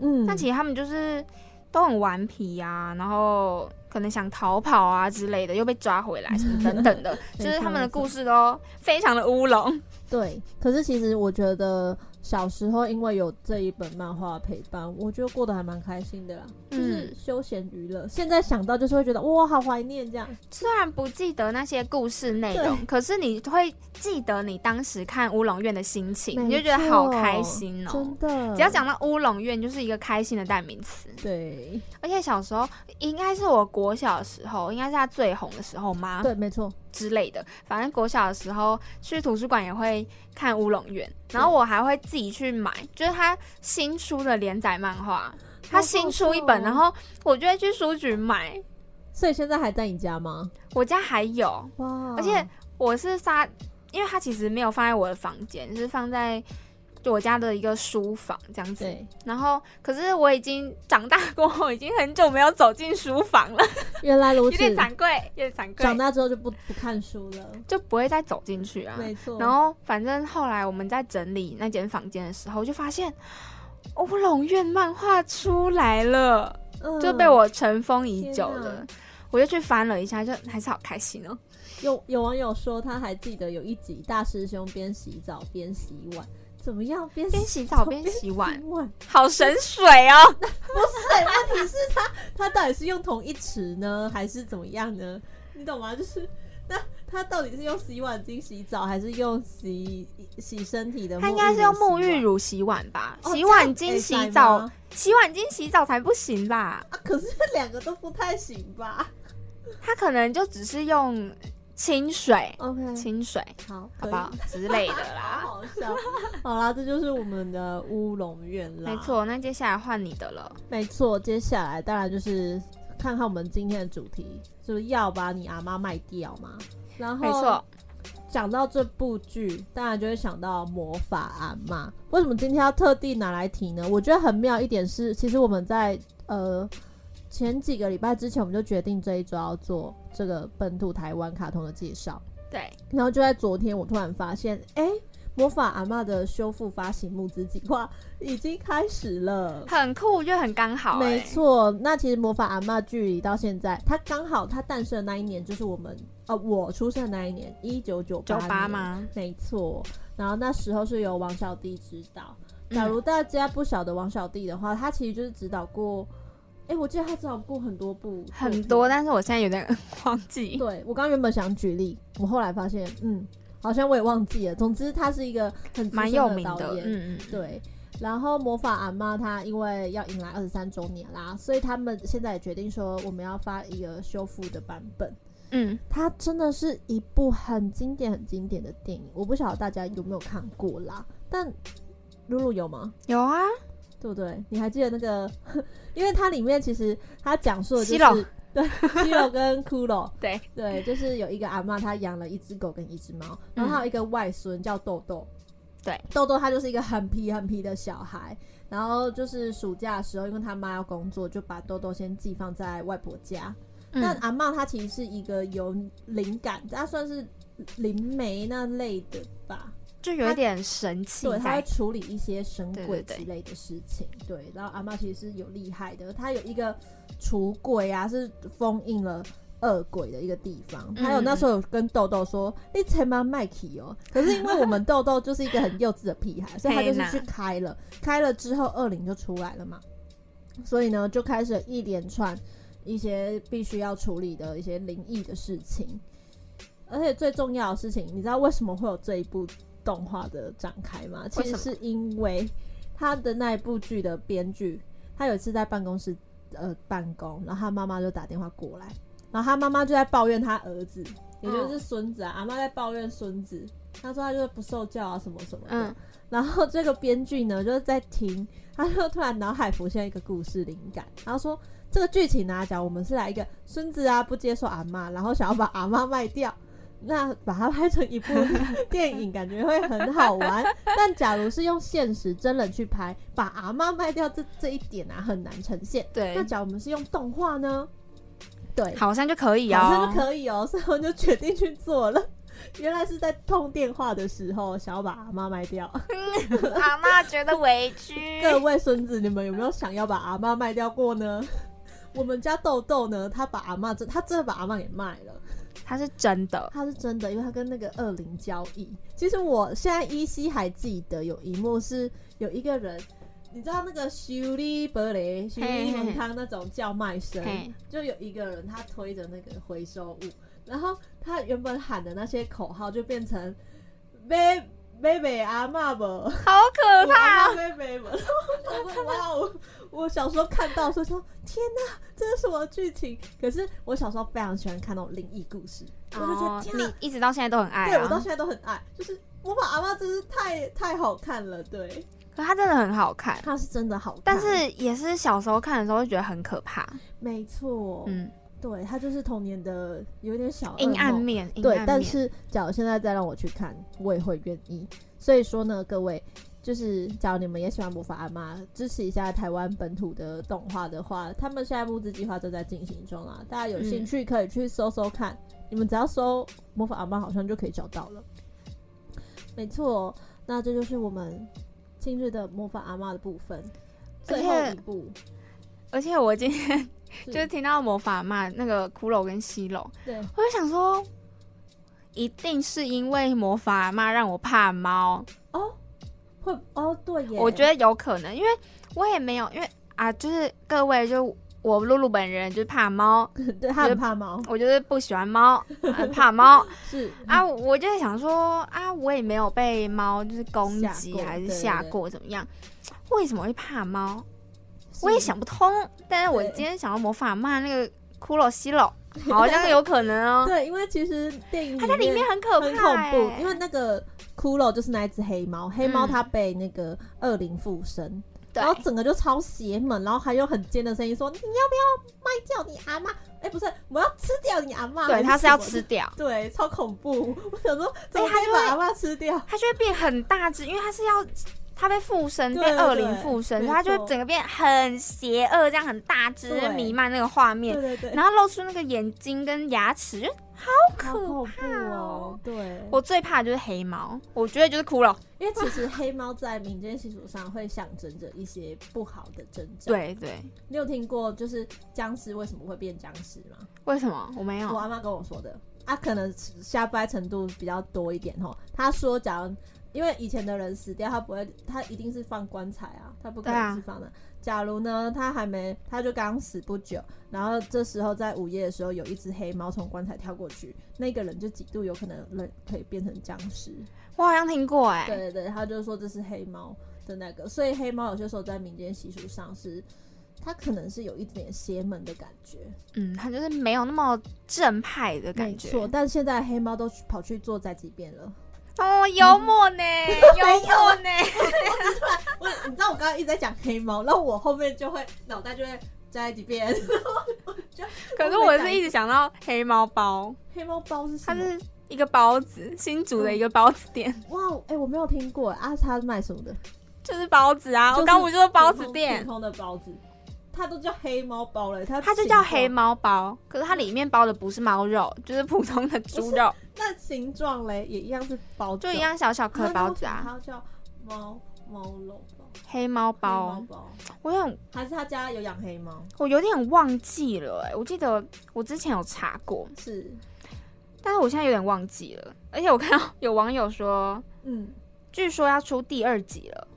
嗯，那其实他们就是都很顽皮啊，然后可能想逃跑啊之类的，又被抓回来什么等等 的，就是他们的故事都非常的乌龙。对，可是其实我觉得小时候因为有这一本漫画陪伴，我觉得过得还蛮开心的啦，就是嗯休闲娱乐。现在想到就是会觉得哇，好怀念这样。虽然不记得那些故事内容，可是你会记得你当时看《乌龙院》的心情，你就觉得好开心哦真。的。只要讲到乌龙院，就是一个开心的代名词。对而且小时候，应该是我国小的时候，应该是他最红的时候吗？对，没错，之类的。反正国小的时候去图书馆也会看《乌龙院》，然后我还会自己去买，就是他新出的连载漫画，他新出一本，好然好笑哦后我就会去书局买。所以现在还在你家吗？我家还有，哇，而且我是发，因为它其实没有放在我的房间，是放在就我家的一个书房这样子。对，然后，可是我已经长大过后，已经很久没有走进书房了，原来如有此。点惭愧，有点惭长愧，大之后就不不看书了，就不会再走进去啊。没错。然后，反正后来我们在整理那间房间的时候，就发现《乌龙院》漫画出来了，嗯就被我尘封已久天的哪。我就去翻了一下，就还是好开心哦。有有网友说，他还记得有一集大师兄边洗澡边洗碗，怎么样？边边洗澡边洗碗洗，碗。好神水哦！对，问题是他他到底是用同一尺呢，还是怎么样呢？你懂吗？就是那他到底是用洗碗巾洗澡，还是用洗洗身体的沐浴乳洗 碗？它应该是用沐浴乳洗碗吧？哦洗碗这巾样可以洗塞澡，吗洗碗巾洗澡才不行吧？啊，可是两个都不太行吧它可能就只是用清水、 ？OK，清水，好，嗯可好以不好之类的 啦？好好笑。好啦，这就是我们的乌龙院啦。没，错，那接下来换你的了。没错。接下来当然就是看看我们今天的主题，就是要把你阿妈卖掉嘛。然后，没错，讲到这部剧，当然就会想到魔法阿妈。为什么今天要特地拿来提呢？我觉得很妙一点是，其实我们在呃前几个礼拜之前，我们就决定这一周要做这个本土台湾卡通的介绍。对，然后就在昨天，我突然发现，哎、魔法阿妈的修复发行募资计划已经开始了。很酷又很刚好、没哎，错，那其实魔法阿嬷距离到现在，它刚好它诞生的那一年就是我们呃我出生的那一年，一九九九八八？吗？没错，然后那时候是由王小棣执导，嗯假如大家不晓得王小弟的话，他其实就是指导过，哎、我记得他指导过很多部作品，很多，但是我现在有点 忘记。对我刚原本想举例，我后来发现，嗯，好像我也忘记了。总之，他是一个很资蛮深有名导的，演，嗯嗯，对。然后魔法阿妈她因为要迎来二十三周年啦，所以他们现在也决定说我们要发一个修复的版本。嗯，它真的是一部很经典、很经典的电影，我不晓得大家有没有看过啦。但露露有吗？有啊，对不对？你还记得那个？ 因为它里面其实它讲述的就西楼是 对西楼跟骷髅， 对对，就是有一个阿嬷，她养了一只狗跟一只猫，然后她有一个外孙叫豆豆。嗯对，豆豆他就是一个很皮很皮的小孩，然后就是暑假的时候，因为他妈要工作，就把豆豆先寄放在外婆家。但嗯阿嬷她其实是一个有灵感，她算是灵媒那类的吧。就有一点神气对，她在，会处理一些神鬼对对之对类的事情。对然后阿嬷其实是有厉害的，她有一个橱柜啊，是封印了。恶鬼的一个地方，还有嗯嗯那时候有跟豆豆说：“你千万麦奇哦。”可是因为我们豆豆就是一个很幼稚的屁孩，所以他就 嘿是呐去开了，开了之后恶灵就出来了嘛，所以呢就开始一连串一些必须要处理的一些灵异的事情，而且最重要的事情，你知道为什么会有这一部动画的展开吗？其为什实么是因为他的那一部剧的编剧，他有一次在办公室呃办公，然后他妈妈就打电话过来，然后他妈妈就在抱怨他儿子，也嗯就是孙子啊，阿妈在抱怨孙子，他说他就是不受教啊什么什么的，嗯，然后这个编剧呢，就是在听，他就突然脑海浮现一个故事灵感，然后说这个剧情呢、啊，讲我们是来一个孙子啊不接受阿妈，然后想要把阿妈卖掉，那把它拍成一部 电影，感觉会很好玩。但假如是用现实真人去拍，把阿妈卖掉这这一点啊，很难呈现。对那，假如我们是用动画呢？对，好像就可以好像哦 就，可以哦，所以我就决定去做了。 原来是在通电话的时候，想要把阿妈卖掉。阿妈觉得委 屈，各位孙子，你们有没有想要把阿妈卖掉过呢？ 我们家豆豆呢，他把阿妈真，他真的把阿妈给卖了，他是真的，他是真的，因为他跟那个恶灵交易。其实我现在依稀还记得有一幕是有一个人，你知道那个修理伯雷、修理蒙汤那种叫卖声，嘿，就有一个人他推着那个回收物，然后他原本喊的那些口号就变成“贝贝贝阿妈不”。好可我怕阿哦，妈妹妹们， 我说哇哦！我小时候看到的时候说天哪，这是什么剧情？可是我小时候非常喜欢看那种灵异故事，我就觉得哦天哪啊你，一直到现在都很爱对我到啊现，在都很爱，就是我把阿妈真是太太好看了，对，可他真的很好看，她是真的好看，但是也是小时候看的时候会觉得很可怕，没错，嗯，对，她就是童年的有点小噩阴暗梦面，阴对暗，但面是假如现在再让我去看，我也会愿意。所以说呢，各位，就是假如你们也喜欢魔法阿妈，支持一下台湾本土的动画的话，他们现在募资计划正在进行中啊，大家有兴嗯趣可以去搜搜看，你们只要搜魔法阿妈，好像就可以找到了。没错，那这就是我们今日的魔法阿妈的部分，而最后且一步而且我今天是就是听到魔法嘛，那个骷髅跟西楼，对。我就想说，一定是因为魔法阿嬷让我怕猫，哦，会哦，对耶，我觉得有可能，因为我也没有，因为啊，就是各位就我露露本人就是怕猫，得 对他很怕猫，我就是不喜欢 猫，啊怕猫是啊，我就在想说啊，我也没有被猫就是攻吓击过还是对对吓对过怎么样，为什么会怕猫？我也想不通，但是我对今天想到魔法嘛，那个骷髅西楼好像有可能哦。对，因为其实电影它在里面很可怕、很恐欸，怖，因为那个骷髅就是那一只黑猫，黑猫嗯它被那个恶灵附身，对然后整个就超邪门，然后还有很尖的声音说：“你要不要卖掉你阿妈？”哎，不是，我要吃掉你阿妈。对，它还是要什么吃的，掉，对，超恐怖。我想说，怎么它可以就把会阿妈吃掉？它就会变很大只，因为它是要它被附身，对变对恶灵附身，没所以它就错会整个变很邪恶，这样很大只对，弥漫那个画对面，对对，然后露出那个眼睛跟牙齿，就好可恐怖怕哦哦。对，我最怕的就是黑猫，我觉得就是骷髅，因为其实黑猫在民间习俗上会象征着一些不好的征兆。，对对，你有听过就是僵尸为什么会变僵尸吗？为什么我没我有？阿妈跟我说的，啊，可能瞎掰程度比较多一点吼。她说，假如因为以前的人死掉，他不会，他一定是放棺材啊，他不可对啊能是放的。假如呢，他还没，他就刚死不久，然后这时候在午夜的时候，有一只黑猫从棺材跳过去，那个人就几度有可能人可以变成僵尸。我好像听过哎、对对对，他就说这是黑猫的那个，所以黑猫有些时候在民间习俗上是，它可能是有一点邪门的感觉，嗯，他就是没有那么正派的感觉没，错。但现在黑猫都去跑去做宅急便了。哦，幽默呢，嗯幽默呢， 我你知道我刚刚一直在讲黑猫，然后我后面就会脑袋就会宅急便。可是我是一直想到黑猫包，黑猫包是什它么？是一个包子，新竹的一个包子店，哇，哎、我没有听过啊，它是卖什么的？就是包子啊，我刚不就说包子普店，通的包子，它都叫黑猫包了，它它就形叫状黑。猫包，可是它里面包的不是猫肉，就是普通的猪肉，那形状嘞也一样是包 子，就一样小小颗那的包子啊，它叫猫猫肉包，嗯黑猫包黑猫，包，我有点还是他家有养黑猫？我有点忘记了、欸，我记得我之前有查过，是，但是我现在有点忘记了，而且我看到有网友说，嗯，据说要出第二集了，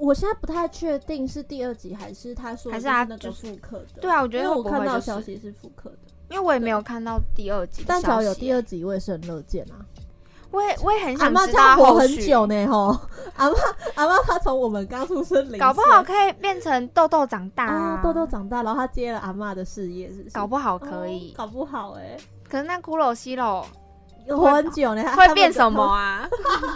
我现在不太确定是第二集还是他说的还是他就那就个是复刻的。对啊，我觉因为得我会不会看到就是消，息是复刻的，因为我也没有看到第二集的但只要消息有第二集，我也是很乐见啊。我也我也很阿想妈知这道样活后很续，久呢，吼！阿妈阿妈，她从我们刚出生零岁，搞不好可以变成豆豆长大、啊，豆豆，长大，然后她接了阿妈的事业，是不是？搞不好可以哦。搞不好哎，可是那骷髅西楼活很久呢，他 会们变就什么？ 啊？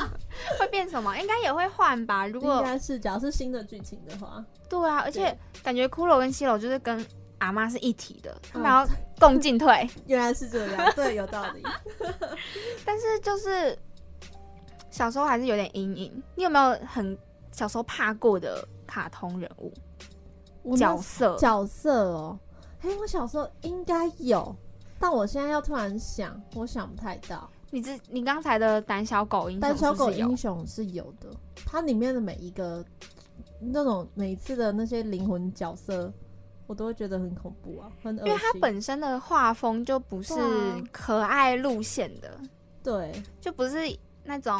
会变什么？应该也会换吧。如应果该是，只要是新的剧情的话，对啊，而且感觉骷髅跟西楼就是跟阿妈是一体的，他嗯们要共进退。 原来是这样，对，有道理。但是就是小时候还是有点阴影。你有没有很小时候怕过的卡通人物我那角色？角色哦，哎、我小时候应该有，但我现在要突然想，我想不太到。你之你刚才的胆小狗英雄但小是狗不是有英雄是有的，它里面的每一个那种每一次的那些灵魂角色，我都会觉得很恐怖啊，很因恶心。为它本身的画风就不是对啊可爱路线的，对就不是那种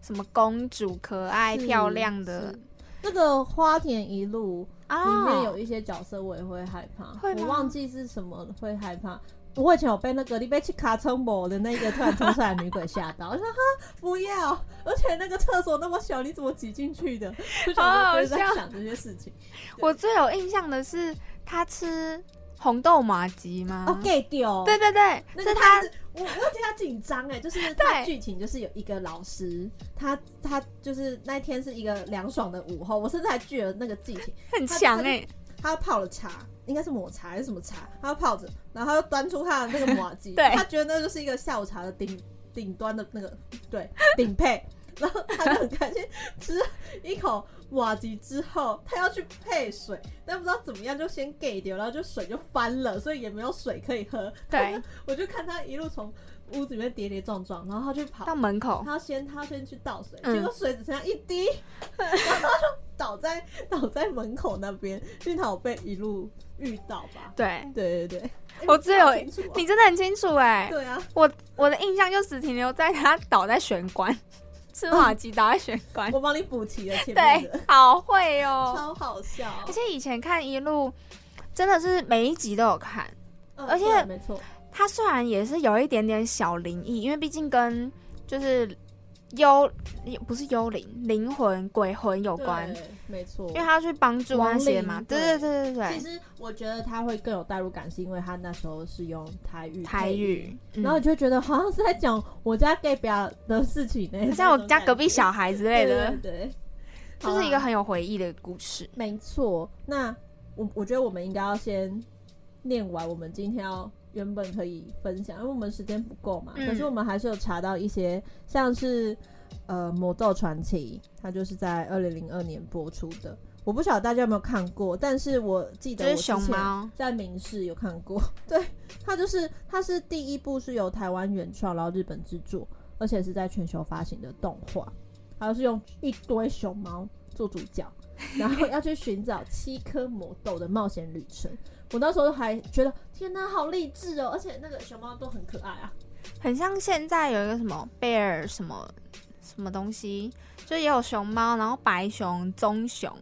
什么公主可爱是漂亮的是那个花田一路啊，里面有一些角色，我也会害怕，会吗我忘记是什么会害怕。我以前有被那个你被去卡称某的那个突然冲出来的女鬼吓到，我说哈不要，而且那个厕所那么小，你怎么挤进去的？就小时候就是在好好笑想这些事情。我最有印象的是他吃红豆麻吉吗？哦，gay 掉，啊对对对，那是个他他，我我替他紧张哎，就是他对剧情就是有一个老师，他他就是那天是一个凉爽的午后，我甚至还记得那个剧情，很他强他就哎、他泡了茶，应该是抹茶还是什么茶，他泡着，然后他就端出他的 那个抹吉，对他觉得那就是一个下午茶的顶顶端的那个对顶配，然后他就很开心吃一口抹吉之后，他要去配水，但不知道怎么样就先给掉，然后就水就翻了，所以也没有水可以喝。对， 我就看他一路从屋子里面跌跌撞撞，然后他就跑到，门口，他先他先去倒水，嗯结果水只剩下一 滴，然后就倒在倒在门口那边，幸好我被一路遇到吧。对对对对，哎我只有你知道好清你楚真的很清楚哎、啊对啊，我我的印象就只停留在他倒在玄关，吃麻吉倒在玄关，我帮你补齐了前面哎对的，，好会哦、超好笑。而且以前看一路，真的是每一集都有看。嗯而且对没错，它虽然也是有一点点小灵异，因为毕竟跟就是幽不是幽灵、灵魂、鬼魂有对关，没错因为。他要去帮助那些嘛亡。灵对对对对其对，实我觉得他会更有代入感，是因为他那时候是用台语台配音语，嗯然后你就觉得好像是在讲我家 gay 表的事情呢、好像我家隔壁小孩孩之类的对，对对就好是啦一个很有回忆的故事。没错。那我我觉得我们应该要先念完我们今天要原本可以分享，因为我们时间不够嘛。嗯可是我们还是有查到一些像是呃《魔豆传奇》，它就是在二零零二年播出的。我不晓得大家有没有看过，但是我记就得我是之熊前猫，在明视有看过， 对，它就是它是第一部是由台湾原创，然后日本制作，而且是在全球发行的动画，它是用一堆熊猫做主角， 然后要去寻找七颗魔豆的冒险旅程。我那时候还觉得天哪，好励志哦！而且那个熊猫都很可爱啊，很像现在有一个什么贝尔什么什么东西，就也有熊猫，然后白熊、棕熊，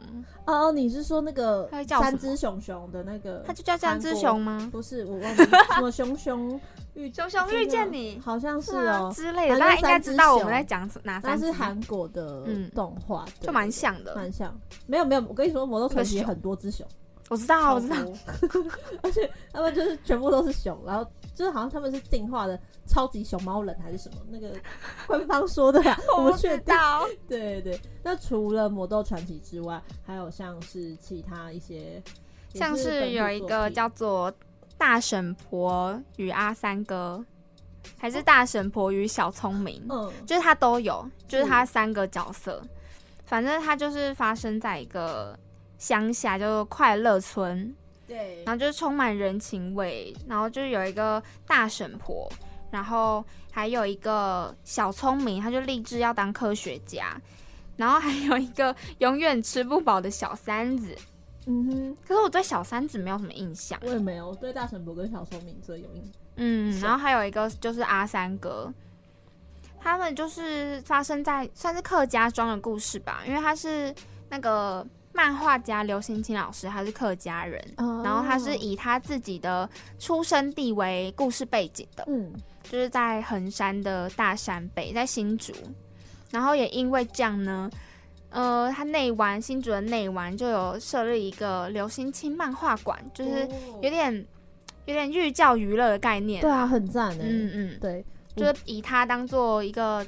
哦哦，你是说那个它叫什三么只熊熊的那个？它就叫三只熊吗？不是，我忘记什么熊熊遇熊熊遇见你好像啊 是是啊哦，之类的，反正大家应该三只知道我熊们在讲哪那三是只，韩国的嗯动画，对就蛮像的。蛮像。没有没有，我跟你说，《魔兽传那奇个》熊很多只熊，我知道，啊我知道，，超多， 而且他们就是全部都是熊，然后就是好像他们是进化的超级熊猫人还是什么，那个官方说的啦我 我不不确知定。道。对对对，那除了《魔豆传奇》之外，还有像是其他一些，也像本是土有一作个品叫做《大婶婆与阿三哥》，还是哦《大婶婆与小聪明》嗯就是他都有，就是是他三个角色。反正他就是发生在一个乡下，就是快乐村，对然后就是充满人情味，然后就有一个大婶婆，然后还有一个小聪明，他就立志要当科学家，然后还有一个永远吃不饱的小三子。嗯可是我对小三子没有什么印象哼，。我也没有我对大神伯跟小聪明最有印象。嗯，是然后还有一个就是阿三哥，他们就是发生在算是客家庄的故事吧，因为他是那个漫画家刘星清老师，他是客家人，哦然后他是以他自己的出生地为故事背景的，嗯，就是在衡山的大山北，在新竹，然后也因为这样呢。呃，他内湾新竹的内湾就有设立一个刘星清漫画馆，就是有点有点寓教于乐的概念。哦对啊，很赞哎、嗯嗯，对，就是以他当做一个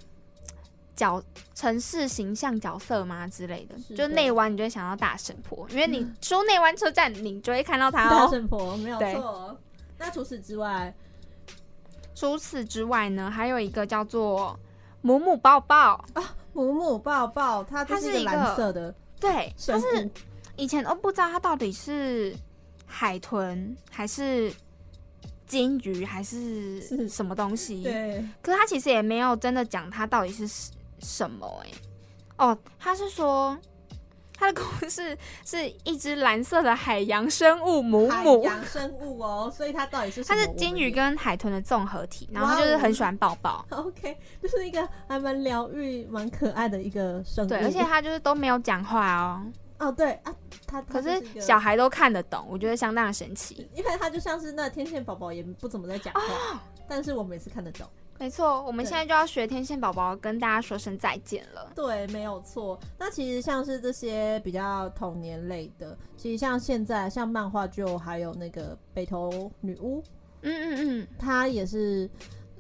角城市形象角色嘛之类的。是就的嗯内湾，你就会想到大神婆，因为你出内湾车站，你就会看到他大哦。神婆没有对错。那除此之外，除此之外呢，还有一个叫做母母抱抱，母母抱抱，它就它是一个一蓝个色的对，生物，以前哦都不知道它到底是海豚还是金鱼还是是什么东西。对，可是他其实也没有真的讲他到底是什什么哎、哦，他是说他的故事是一只蓝色的海洋生物母海母，洋生物哦，所以它到底是什它么？是金鱼跟海豚的综合体，然后它就是很喜欢抱抱，我们 OK，就是一个还蛮疗愈、蛮可爱的一个生物。对，而且它就是都没有讲话哦，哦，对啊，它它可就是一个小，孩都看得懂，我觉得相当的神奇。因为它就像是那天线宝宝，也不怎么在讲话，啊但是我每次看得懂。没错，我们对现在就要学天线宝宝跟大家说声再见了。对，没有错。那其实像是这些比较童年类的，其实像现在像漫画就还有那个北投女巫，嗯嗯嗯，她也是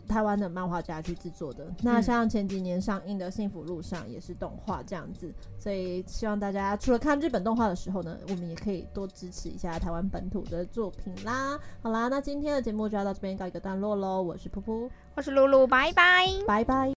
台湾的漫画家去制作的。那嗯像前几年上映的《幸福路上》也是动画这样子，所以希望大家除了看日本动画的时候呢，我们也可以多支持一下台湾本土的作品啦。好啦，那今天的节目就要到这边告一个段落喽。我是噗噗，我是露露，拜拜。拜拜。